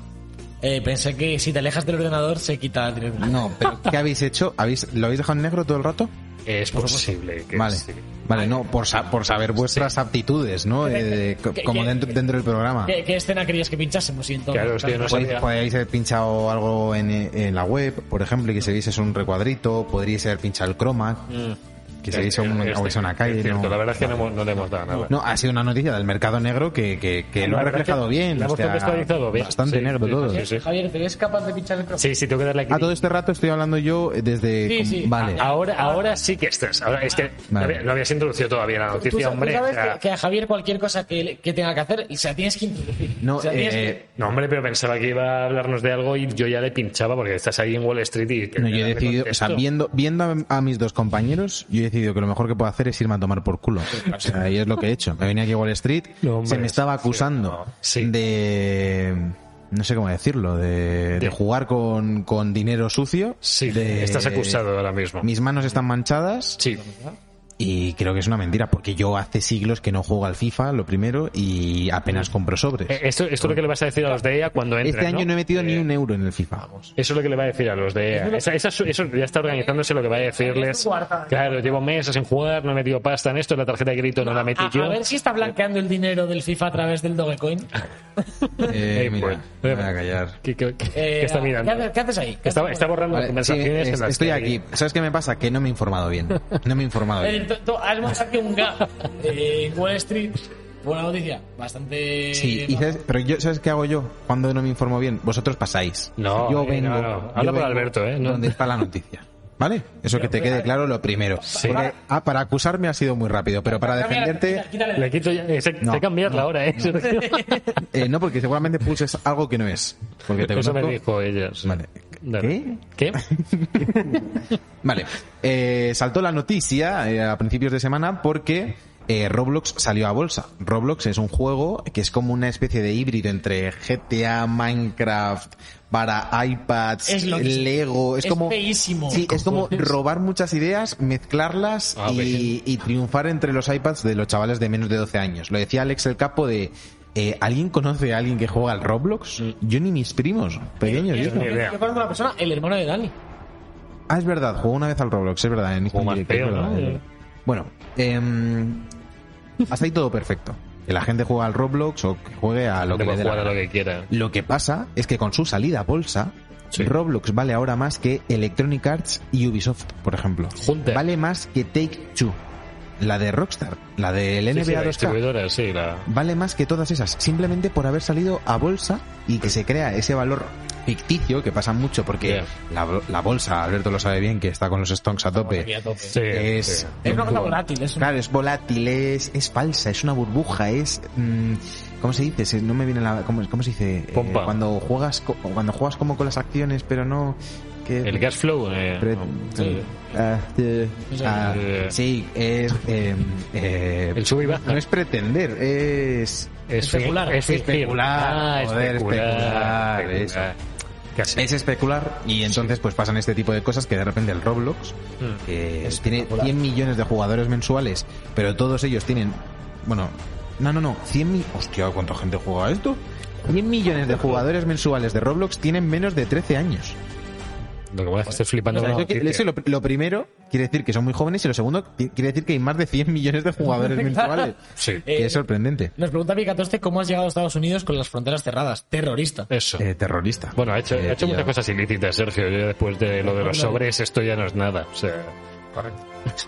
Eh, pensé que si te alejas del ordenador se quita directamente. No, pero ¿qué habéis hecho? ¿Habéis, ¿Lo habéis dejado en negro todo el rato? Es posible que Vale, sí. vale, no, por, sa- por saber vuestras aptitudes, ¿no? Eh, de- co- que- como que- dentro, dentro del programa. ¿Qué, qué escena querías que pinchásemos? Y entonces, Claro, es que yo no Podéis, sabía. podríais haber pinchado algo en, en la web, por ejemplo, y que se viese un recuadrito, podríais haber pinchado el croma, Mm. que se viese un- Es- o sea, una eh, Este, es calle. cierto, ¿no? La verdad es que no, hemos- no le hemos dado nada. No, ha sido una noticia del mercado negro que, que, que Ah, La lo ha verdad reflejado que bien. la hemos hostia, contextualizado bien. Bastante Sí, negro sí, todo. sí, sí. Javier, ¿te ves capaz de pinchar el cross? Sí, sí, tengo que darle aquí. Ah, A todo este rato estoy hablando yo eh, desde... Sí, com- sí. Vale. Ahora, ahora sí que estás. Ahora es que no, Vale. había- no habías introducido todavía la Tú, noticia, sa- tú hombre. sabes o sea, que, que a Javier cualquier cosa que, le- que tenga que hacer y se la tienes que introducir. No, O sea, tienes que- eh, No, hombre, pero pensaba que iba a hablarnos de algo y yo ya le pinchaba porque estás ahí en Wall Street y... no, yo he decidido, o sea, viendo, viendo a, a mis dos compañeros, yo he decidido que lo mejor que puedo hacer es irme a tomar por culo. O sea, y es lo que he hecho. Me venía aquí a Wall Street, No, hombre, se me estaba sí, acusando no. Sí. de... No sé cómo decirlo, de, de jugar con, con dinero sucio. Sí, de- estás acusado ahora mismo. Mis manos están manchadas. Sí, Y creo que es una mentira, porque yo hace siglos que no juego al FIFA, lo primero, y apenas compro sobres. Eh, esto, esto es lo que le vas a decir a los de EA cuando entren, este año no he metido ni un euro en el FIFA. Eso es lo que le va a decir a los de EA. Esa- esa su- eso ya está organizándose lo que va a decirles. Claro, llevo meses sin jugar, no he metido pasta en esto, la tarjeta de crédito no la metí a, yo. Ah, a ver si está blanqueando el dinero del FIFA a través del Dogecoin. Eh, Eh, mira, pues, me voy a callar. ¿Qué, qué- qué- Eh, qué está mirando? ¿qué haces- qué haces ahí? ¿Qué Está, haces está borrando Vale, las sí, conversaciones. en es- las estoy que- aquí. ¿Sabes qué me pasa? Que no me he informado bien. No me he informado Eh, bien. tú- tú has montado aquí un gap eh, en Wall Street. Buena noticia, bastante. Sí, y baja. sabes- pero yo, ¿sabes qué hago yo cuando no me informo bien? Vosotros pasáis. No, yo eh, vengo. no, no. yo Habla por vengo Alberto, ¿eh? No. Donde está la noticia. ¿Vale? Eso que te quede claro lo primero. Porque- ah, para acusarme ha sido muy rápido, pero para Cámbiala, defenderte. quita- quítale. Le quito ya. eh, sé- No, sé cambiarla ahora, ¿eh? Sergio. Eh, no, porque seguramente pulses algo que no es. Porque te Eso me dijo conozco. ella. sí. Vale. Dale. ¿Qué? Vale. Eh, saltó la noticia eh, a principios de semana porque eh, Roblox salió a bolsa. Roblox es un juego que es como una especie de híbrido entre GTA, Minecraft, para iPads, Es lo que- Lego. Es, es como. feísimo. Sí, es como robar muchas ideas, mezclarlas Ah, y, y triunfar entre los iPads de los chavales de menos de 12 años. Lo decía Alex el Capo de. eh, ¿Alguien conoce a alguien que juega al Roblox? Yo ni mis primos pequeños. Yo yo no. ni idea. conozco a una persona, el hermano de Dani. Ah, es verdad, jugó una vez al Roblox, es verdad. En Jugó más Infinity, feo, es verdad, ¿no? es verdad. Bueno, em, hasta ahí todo perfecto. Que la gente juega al Roblox o que juegue a lo Te que puedo le dé la jugar a gana. lo que quiera. Lo que pasa es que con su salida a bolsa, Sí. Roblox vale ahora más que Electronic Arts y Ubisoft, por ejemplo. Junta. Vale más que Take Two, la de Rockstar, la del Sí, NBA sí, la 2K distribuidora, sí, la- vale más que todas esas, simplemente por haber salido a bolsa y que se crea ese valor ficticio que pasa mucho porque Yeah. la, la bolsa, Alberto lo sabe bien, que está con los stonks a Aquí tope, a tope. Sí, es... sí. Es una cosa vol- volátil, es una- Claro, es volátil, es, es falsa, es una burbuja, es... mm, ¿Cómo se dice? Se- No me viene la... ¿Cómo, cómo se dice? Eh, Pompa. cuando juegas co- cuando juegas como con las acciones, pero no... Que, El gas flow. eh, pre- no, sí. sí. Ah, eh, ah, Eh. sí, es... eh, eh, El sub y baja. no es pretender, es... Es Especular. Es fingir. Especular, Ah, joder, especular. especular, especular. Casi. Es especular y entonces pues pasan este tipo de cosas que de repente el Roblox, Mm. que tiene 100 millones de jugadores mensuales, pero todos ellos tienen, bueno, no, no, no, 100 mil... Hostia, ¿cuánta gente juega a esto? 100 millones de jugadores mensuales de Roblox tienen menos de 13 años. Lo que voy a hacer es flipando O sea, con la eso quiere- noticia. eso lo, lo primero quiere decir que son muy jóvenes y lo segundo qui- quiere decir que hay más de 100 millones de jugadores mensuales. Sí. Que Eh, es sorprendente. Nos pregunta Picatoste cómo has llegado a Estados Unidos con las fronteras cerradas. Terrorista. Eso. Eh, terrorista. Bueno, ha hecho, Eh, ha hecho muchas pillado. cosas ilícitas, Sergio. Yo después de lo de los sobres, esto ya no es nada. O sea, Correcto.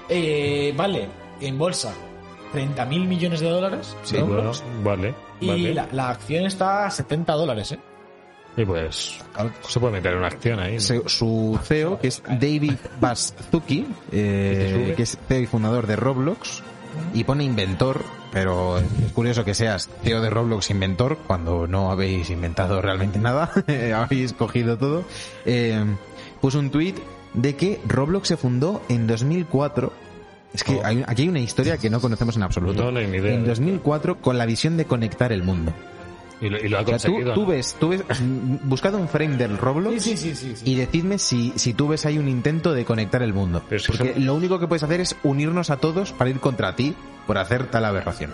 Eh, vale, en bolsa, 30 mil millones de dólares. Sí, ¿no? bueno, vale. Y vale. la, la acción está a 70 dólares, ¿eh? Y pues, se puede meter una acción ahí. ¿no? Se- su CEO, que es David Baszuki, eh, que es CEO y fundador de Roblox, y pone inventor, pero es curioso que seas CEO de Roblox inventor cuando no habéis inventado realmente nada, habéis cogido todo. Eh, puso un tuit de que Roblox se fundó en 2004. Es que hay- aquí hay una historia que no conocemos en absoluto. Oh. No, no hay ni idea. en 2004 con la visión de conectar el mundo. Y, lo, y lo ha O sea, tú, conseguido. tú ¿no? ves, tú ves, buscad un frame del Roblox Sí, sí, sí, sí. sí. y decidme si, si tú ves ahí un intento de conectar el mundo. Pero es que Porque son- lo único que puedes hacer es unirnos a todos para ir contra ti por hacer tal aberración.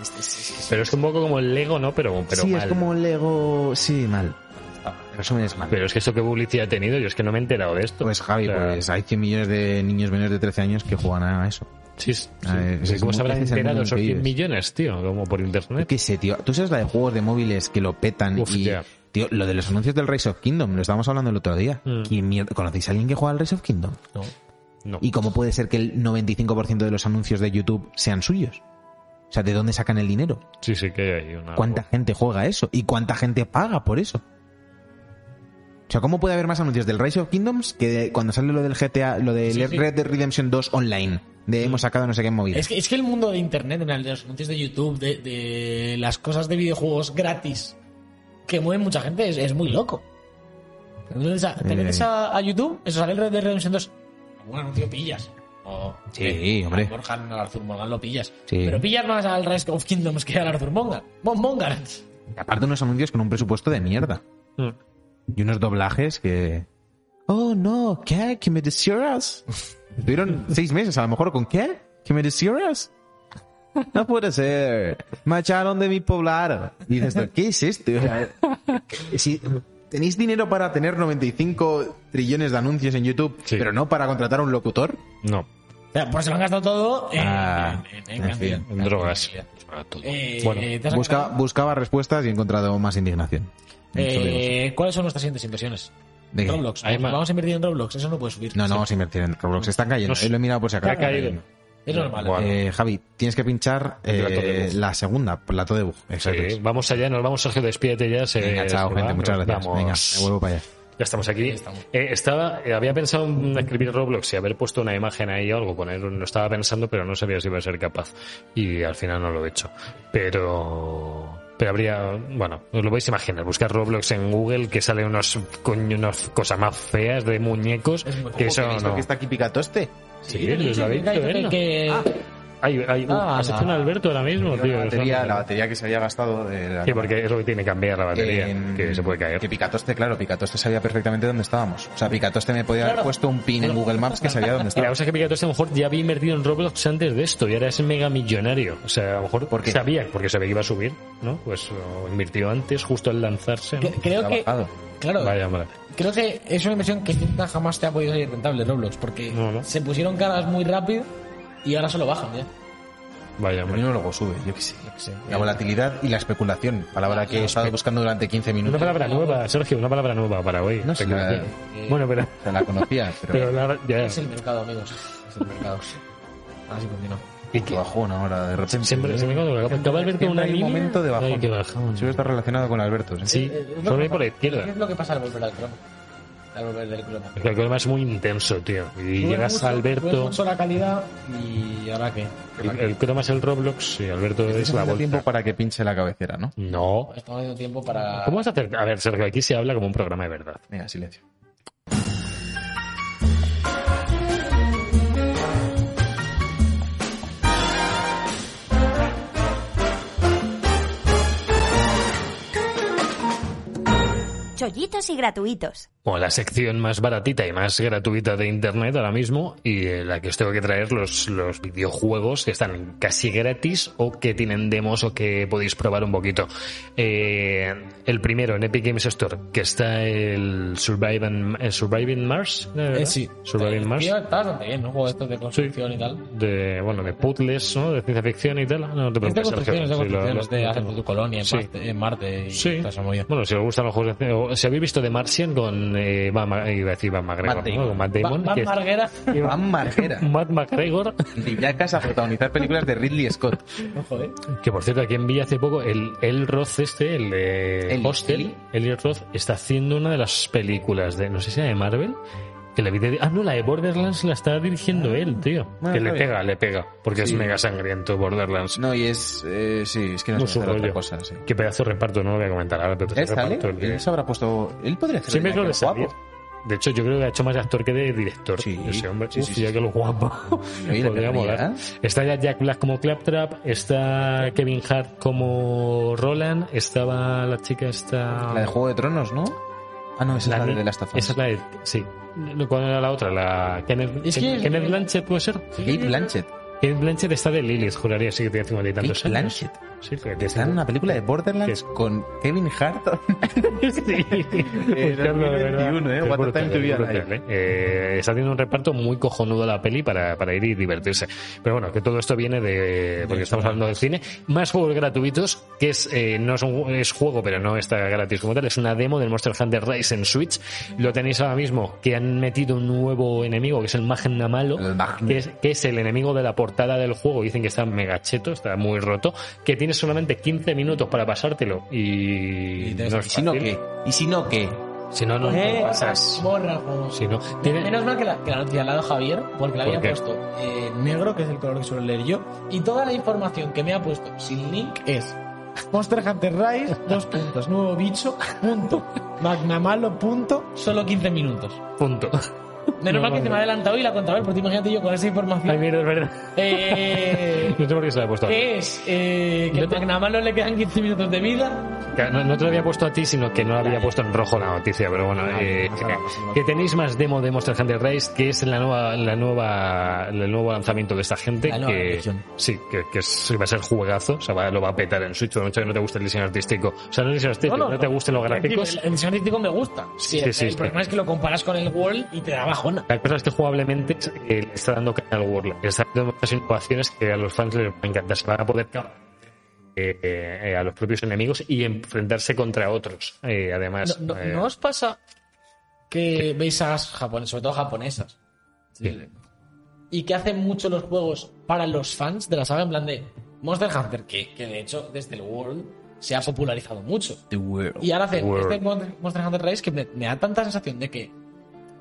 Pero es un poco como el Lego, ¿no? Pero, pero Este sí, mal. es como Lego... Sí, mal. En resumen, es mal. Pero es que eso que publicidad ha tenido, yo es que no me he enterado de esto. Pues Javi, O sea, pues hay 100 millones de niños menores de 13 años que juegan a eso. Sí, sí. A ver, Sí, es ¿Cómo muy se habrán difícil en el enterado mundo esos que 100 vives. millones, tío? Como por Yo internet. qué sé, tío. Tú sabes la de juegos de móviles que lo petan ¿Eh? Uf, y... ya. Tío, lo de los anuncios del Rise of Kingdom, lo estábamos hablando el otro día. Mm. ¿Quién mierda- ¿Conocéis a alguien que juega al Rise of Kingdom? No. No. ¿Y cómo puede ser que el 95% de los anuncios de YouTube sean suyos? O sea, ¿de dónde sacan el dinero? Sí, sí que hay una. ¿Cuánta gente juega eso? ¿Y cuánta gente paga por eso? O sea, ¿cómo puede haber más anuncios del Rise of Kingdoms que de- cuando sale lo del GTA, lo de Sí, sí. Red Dead Redemption 2 online? De hemos sacado no sé qué movida. Es que, es que el mundo de internet, en el de los anuncios de YouTube, de, de las cosas de videojuegos gratis que mueven mucha gente, es, es muy loco. Entonces, a- te Eh. metes a, a YouTube, eso sale el Red Dead Redemption 2. Un anuncio pillas. O- Sí, eh, hombre. Al Morgan, al Arthur Morgan lo pillas. Sí. Pero pillas más al Rise of Kingdoms que al Arthur Morgan. Mon Morgan. Aparte unos anuncios con un presupuesto de mierda. Mm. Y unos doblajes que... Oh, no, ¿qué? ¿Que me deshieras? Tuvieron seis meses a lo mejor con ¿qué? ¿Que me deshieras? No puede ser. Macharon de mi poblado. Y dices, tú, ¿qué es esto? O sea, si tenéis dinero para tener 95 trillones de anuncios en YouTube, Sí. pero no para contratar a un locutor. No, O sea, Pues se lo han gastado todo en, Ah, en- en en canción. fin, en drogas. Eh, Ah, todo. eh, bueno, ¿te has Busca- acordado? buscaba respuestas y he encontrado más indignación. Eh, ¿Cuáles son nuestras siguientes inversiones? ¿De qué? Roblox. Hay más. Vamos a invertir en Roblox. Eso no puede subir. No, no Sí. vamos a invertir en Roblox. Están cayendo. No sé. Eh, Lo he mirado por si acaso. ha caído. Es normal. Buah. Eh, Javi, tienes que pinchar eh, Plato de bug. la segunda, plato de bug. Exacto. Sí, vamos allá, nos vamos, Sergio, despídete ya. Se, Venga, chao, se gente. va, Muchas nos gracias. Venga, vamos. me vuelvo para allá. Ya estamos aquí. Ya estamos. Eh, estaba, eh, había pensado en escribir Roblox y haber puesto una imagen ahí o algo, poner, lo estaba pensando, pero no sabía si iba a ser capaz. Y al final no lo he hecho. Pero, pero habría, bueno, os lo vais a imaginar, buscar Roblox en Google que sale unos, coño, unas cosas más feas de muñecos, Es muy- que eso ¿Veis lo no. que está aquí picatoste? Sí, os lo habéis que- visto, ¿eh? que- que- Ay, ay, uh, Ah, has la- hecho un Alberto ahora mismo, Oh, tío. la, batería, Eso- la batería que se había gastado. De la- Sí, porque es lo que tiene que cambiar la batería, en- que se puede caer. Que Picatoste, claro, Picatoste sabía perfectamente dónde estábamos. O sea, Picatoste me podía haber Claro. puesto un pin en Google Maps que sabía dónde Y la estábamos. cosa es que Picatoste a lo mejor ya había invertido en Roblox antes de esto y ahora es mega millonario. O sea, a lo mejor ¿Por qué? sabía, porque sabía que iba a subir, ¿no? Pues o invirtió antes, justo al lanzarse. ¿no? que- Creo que. Trabajado. Claro, Vaya, vale. creo que es una inversión que nunca jamás te ha podido salir rentable Roblox. Porque No, no. se pusieron caras muy rápido y ahora solo bajan ¿eh? ya. Vaya, Lo vale. mismo luego sube, yo qué sé. Yo qué sé. La volatilidad y la especulación, palabra que he estado buscando durante 15 Una minutos. palabra nueva, Sergio, una palabra nueva para hoy. No sé, Especulación. eh, Bueno, pero, O sea, la conocía, pero pero, la- ya, Es el mercado, amigos. Es el mercado. Así continúa. ¿Y qué? bajó una hora de repente. Siempre, siempre cuando acaba Alberto Siempre una hay un línea... momento de bajón. Ay, qué bajón. Siempre está relacionado con Alberto. ¿eh? ¿sí? Sí, Eh, Es- es lo solo que ir por la pasa- izquierda. Es lo que pasa al volver al cromo. Al volver del cromo. El problema es muy intenso, tío. Y Sube llegas mucho- a sube Alberto, mucho la calidad y ahora qué. el, el croma es el Roblox y Alberto es Tienes la mucho tiempo bolsa. para que pinche la cabecera, ¿no? No. Pues Estamos haciendo tiempo para. ¿Cómo vas a hacer? A ver, Sergio, aquí se habla como un programa de verdad. Mira, silencio. Chollitos y gratuitos. o la sección más baratita y más gratuita de internet ahora mismo y eh, la que os tengo que traer los, los videojuegos que están casi gratis o que tienen demos o que podéis probar un poquito. Eh, el primero en Epic Games Store, que está el Surviving, eh, Surviving Mars. ¿no? Eh, sí. Surviving Mars. Tío, está bastante bien, ¿no? Juego estos de construcción y tal. De, bueno, de puzzles, ¿no? De ciencia ficción y tal. No te Es de preocupes, Sergio. construcción, es de Sí, lo- construcción, lo- es de lo hacer tengo. tu colonia en, Sí. Marte, en Marte y Sí. toda esa movida. Bueno, si os gustan los juegos de... o si habéis visto The Martian con... eh, Van Ma- iba a decir Van McGregor, Matt ¿no? Damon. Con Matt Va- Damon. Van que es- Marguera. Van Marguera. Matt McGregor. Villacas a protagonizar películas de Ridley Scott. Ojo, eh. Que por cierto, aquí en Villa hace poco, el, el Roth este, el de Eli, Hostel, Eli Roth, está haciendo una de las películas de, no sé si era de Marvel, que la vi de- Ah, no, la de Borderlands la está dirigiendo Ah. él, tío. Bueno, que le está bien. pega, le pega, porque Sí. es mega sangriento Borderlands. No, y es. eh, sí, es que no Muy sé su hacer otra rollo. cosa. Sí. Qué pedazo de reparto, no lo voy a comentar ahora, pero ¿Es pedazo de Ale? reparto el que- Él se habrá puesto. Él podría hacer Siempre de creo que Jack el salir. De hecho, yo creo que ha hecho más de actor que de director. Sí. ese hombre. Sí, sí, Uf, sí, ya sí. que lo guapo. Oye, le Podría querría, molar. ¿eh? Está ya Jack Black como Claptrap, está Kevin Hart como Roland, estaba la chica esta... La de Juego de Tronos, ¿no? Ah, no, esa es la de Last of Us. Esa es la de... Sí. No, ¿Cuál era la otra? La Kenneth, Es que- Kenneth Blanchett, ¿puede ser? Kate Blanchett. Kenneth Blanchett está de Lilith, juraría, sí que tiene cincuenta y tantos Kate años. Blanchett. Sí, creo que Está en una película de Borderlands con Kevin Hart. Eh, Buscando, de verdad. 2021, Es What a brutal, time to be es alive. Eh, está haciendo un reparto muy cojonudo la peli para, para ir y divertirse. Pero bueno, que todo esto viene de. Porque estamos hablando del cine. Más juegos gratuitos, que es eh, no es, un- es juego, pero no está gratis como tal. Es una demo del Monster Hunter Rise en Switch. Lo tenéis ahora mismo, que han metido un nuevo enemigo, que es el Magna Malo El Magna. que es, que es el enemigo de la portada del juego. Dicen que está mega cheto, está muy roto, que tienes solamente 15 minutos para pasártelo. Y, Y te- no es ¿Y si no fácil. qué? ¿Y si no qué? Si no, no Eh, lo pasas. Borra, como- Si no, tiene- Menos mal que la, que la noticia la ha dado Javier, porque la ¿Por había qué? puesto eh, negro, que es el color que suelo leer yo, y toda la información que me ha puesto sin link es Monster Hunter Rise, dos puntos, nuevo bicho, punto, Magnamalo, punto, solo 15 minutos. punto. Menos No, mal que vale. te me ha adelantado y la contaba él, porque imagínate yo con esa Ay, información. mierda, es verdad. Eh, No sé por qué se la he puesto a mí. ¿Qué es? Eh, que Yo al te- Magnamalo le quedan 15 minutos de vida. Que No, no te lo había puesto a ti, sino que no lo había puesto en rojo la noticia, pero bueno. eh, que tenéis más demo de Monster Hunter Rise, que es la nueva, la nueva, el nuevo lanzamiento de esta gente. La nueva que, religión. sí, que, que es- va a ser juegazo, o sea, va- lo va a petar en Switch, por mucho que no te guste el diseño artístico. O sea, no el diseño artístico, no, te gusten los gráficos. El diseño artístico me gusta. Sí, Sí, el, sí, el sí. problema es que lo comparas con el Wall y te da bajona. La cosa es que jugablemente eh, le está dando caña al Warlock. Le Está dando muchas innovaciones que a los fans les van a encantar. Se van a poder ca- eh, eh, a los propios enemigos y enfrentarse contra otros. eh, además, No, no- eh, ¿no os pasa que veis a japonesas, sobre todo japonesas, sí. y que hacen mucho los juegos para los fans de la saga en plan de Monster Hunter, que, que de hecho desde el World se ha popularizado mucho? The World. Y ahora hacen World. este Mon- Monster Hunter Rise que me, me da tanta sensación de que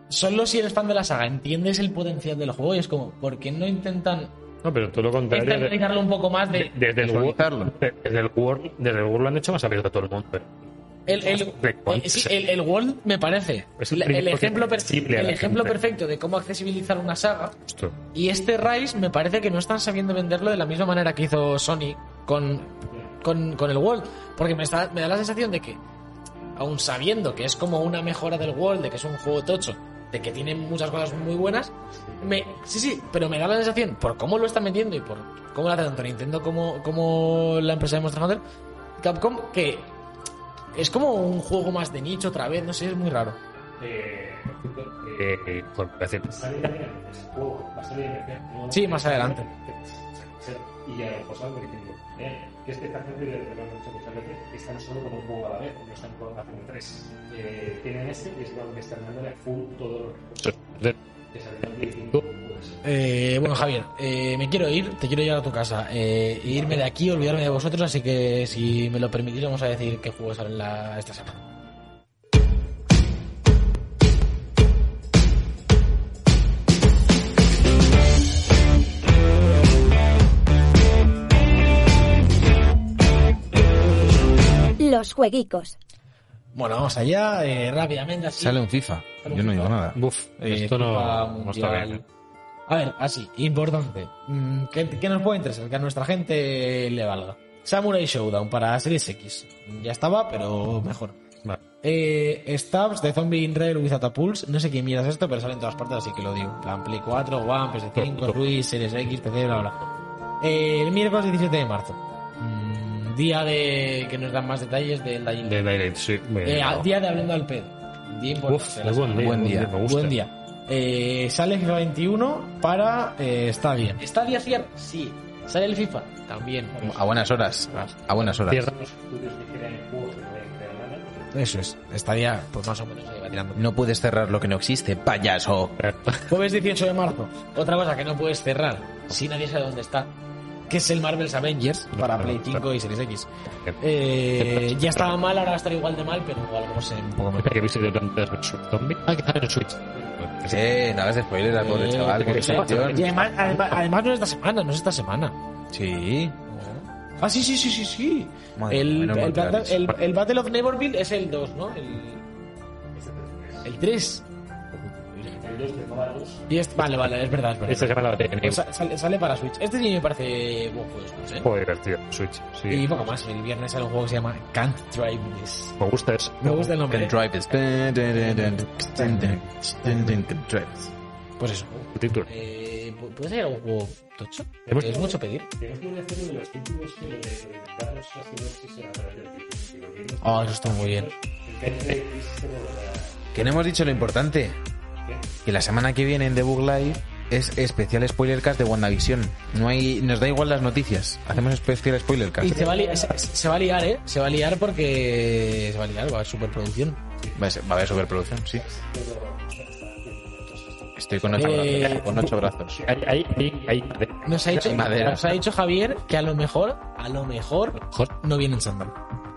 solo si eres fan de la saga entiendes el potencial del juego y es como, ¿por qué no intentan No, pero todo lo contrario. de- externalizarlo un poco más de... de- desde, el Visualizarlo. World, desde el World, desde el World lo han hecho más abierto a todo el mundo. eh. El, el, eh, sí, el- el World me parece Es un la- el, producto que ejemplo, es per- accesible a el la ejemplo gente. perfecto de cómo accesibilizar una saga Justo. Y este Rise me parece que no están sabiendo venderlo de la misma manera que hizo Sony con, con, con el World. Porque me, está- me da la sensación de que, aun sabiendo que es como una mejora del World, de que es un juego tocho, de que tiene muchas cosas muy buenas, me, sí, sí, pero me da la sensación, por cómo lo están vendiendo y por cómo lo hace tanto Nintendo como, como la empresa de Monster Hunter, Capcom, que es como un juego más de nicho otra vez, no sé, es muy raro. Eh, eh, por decir, Sí, más adelante. y a los pasados que tengo. Eh, que es que esta gente, de lo que hemos dicho muchas veces, están solo con un juego a la vez, no están con- haciendo tres. Eh, tienen este y es lo que están dándole full todos los recursos. Que salió en 25, pues, Eh, bueno, Javier, eh, me quiero ir, te quiero llevar a tu casa. Eh, e irme de aquí, olvidarme de vosotros, así que si me lo permitís, vamos a decir qué juegos salen la, esta semana. Los jueguicos. Bueno, vamos allá, eh, rápidamente, así. Sale un FIFA. Sale un Yo no FIFA. digo nada. Buf, Eh, esto Copa no, no está Mundial. bien. A ver, así, importante. Mm, ¿Qué, qué nos puede interesar? Que a nuestra gente le valga. Samurai Showdown para Series X. Ya estaba, pero mejor. Vale. Eh, Stabs de Zombie in Red with Atapulse. No sé quién miras esto, pero sale en todas partes, así que lo digo. En plan, Play 4, One, PS5, Luis, Series X, PC, bla, bla. Eh, el miércoles 17 de marzo. Mm, día de que nos dan más detalles del Dying De Light. Direct, sí. bueno. Eh, a- Día de hablando al pedo. Día Uf, importante. buen día, Buen buen día. día, me gusta. Buen día. Eh, sale FIFA 21 para eh, Stadia. ¿Stadia cierra? Sí. ¿Sale el FIFA? También. A buenas horas. A buenas horas. Cierra. Eso es. Stadia, pues más o menos se va tirando. No puedes cerrar lo que no existe, payaso. Eh, Jueves 18 de marzo. Otra cosa que no puedes cerrar, si nadie sabe dónde está, que es el Marvel's Avengers para Claro, Play 5 claro. y Series X. Eh, ya estaba mal, ahora va a estar igual de mal, pero a lo mejor se un poco mejor. ¿Qué viste de tantas zombies? Ah, que está en Switch. Sí, no hagas spoiler al pobre Eh, chaval. porque pobre se- chaval. y además, además- además no es esta semana, no es esta semana. Sí. Ah, sí, sí, sí, sí, sí. Madre mía, El, menos mal el que la Battle- leche. el- el Battle of Neverville es el 2, ¿no? El, el 3. Y es, vale, vale, es verdad, es verdad. Esta semana la Pues tenemos. sa- sale, sale para Switch. Este sí me parece buen juego de Switch, ¿eh? Juego divertido, Switch. Sí. Y poco más, el viernes sale un juego que se llama Can't Drive This. Me gusta eso. Me gusta el Can nombre. ¿eh? drive this. Dun, dun, dun, dun, dun, dun, dun, can drive this. Pues eso. El título. Eh, ¿pu- ¿Puede ser algún juego tocho? Hemos- Es mucho pedir. este Ah, eso está muy bien. Que no hemos dicho lo importante. Que la semana que viene en Debug Live es especial spoilercast de WandaVision. No hay, nos da igual las noticias. Hacemos especial Y spoilercast. se va, a li- se, se va a liar, ¿eh? Se va a liar porque se va a liar, va a haber superproducción. Va a ser- va a haber superproducción, sí. Estoy con ocho Eh, brazos. Con ocho brazos. Hay, hay, hay, hay. Nos ha dicho, Madera. nos ha dicho Javier que a lo mejor, a lo mejor, Mejor- no viene en chándal.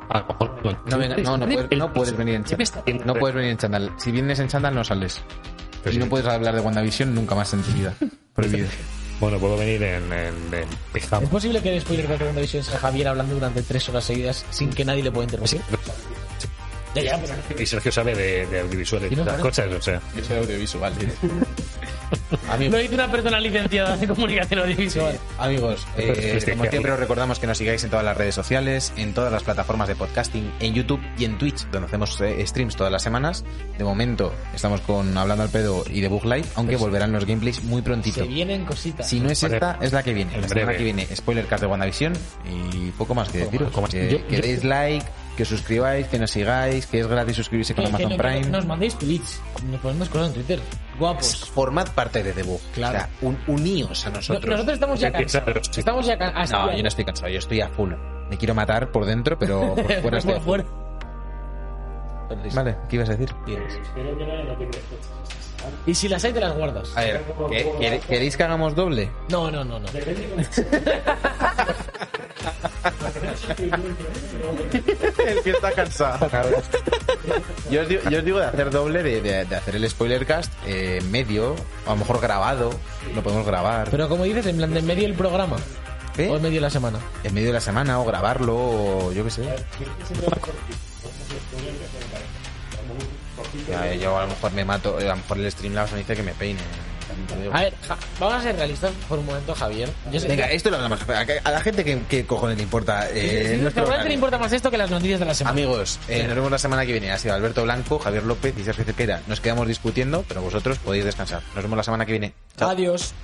a lo mejor no. No, venga, no, no, puedes, no puedes venir en chándal. No puedes venir en chándal. Si vienes en chándal no sales. Pero y sí. no puedes hablar de WandaVision nunca más en tu vida. Prohibido. Bueno, puedo venir en, en, en pijama. ¿Es posible que después de la segunda visión sea Javier hablando durante tres horas seguidas sin que nadie le pueda interrumpir? Ya, ya, pero- Y Sergio sabe de, de audiovisuales, Y no, las claro. cosas, o sea. Eso es audiovisual. Lo dice una persona licenciada de comunicación audiovisual. Amigos, eh, Pues, pues, como sí, siempre os recordamos que nos sigáis en todas las redes sociales, en todas las plataformas de podcasting, en YouTube y en Twitch, donde hacemos eh, streams todas las semanas. De momento estamos con Hablando al Pedo y Debug Live, aunque volverán los gameplays muy prontito. Se vienen cositas. Si no es Vale. esta, es la que viene. En La semana breve. que viene, spoilercast de WandaVision y poco más que Poco deciros. más, poco más. Que, Yo- que yo- deis like, que os suscribáis, que nos sigáis, que es gratis suscribirse con Eh, Que- que Amazon no- Prime. Nos mandéis tweets. Nos ponemos cosas en Twitter. Guapos. Formad parte de Debug. Claro. O sea, un- uníos a No- nosotros. Nosotros, estamos ya Ya piensa, cansados. pero sí. Estamos ya cansados. No, yo no estoy cansado, yo estoy a full. Me quiero matar por dentro, pero por fuera estoy. a full. Vale, ¿qué ibas a decir? Y si las hay, te las guardas. A ver, ¿que- que- ¿queréis que hagamos doble? No, no, no, no. El que está cansado. Yo os, digo, yo os digo de hacer doble, de, de- de hacer el spoilercast eh, medio, a lo mejor grabado, lo podemos grabar. Pero como dices, en plan de en medio el programa. ¿Eh? O en medio de la semana. En medio de la semana, o grabarlo, o yo qué sé. Ya, yo a lo mejor me mato, eh, a lo mejor el Streamlabs me dice que me peine. también te digo. A ver, ja- vamos a ser realistas por un momento, Javier. Yo sé Venga, esto lo hablamos. A a la gente que, que cojones le importa. eh, Sí, nuestro seguramente le horario. importa más esto que las noticias de la semana. Amigos, eh, nos vemos la semana que viene. Ha sido Alberto Blanco, Javier López y Sergio Cepeda. Nos quedamos discutiendo, pero vosotros podéis descansar. Nos vemos la semana que viene. Adiós.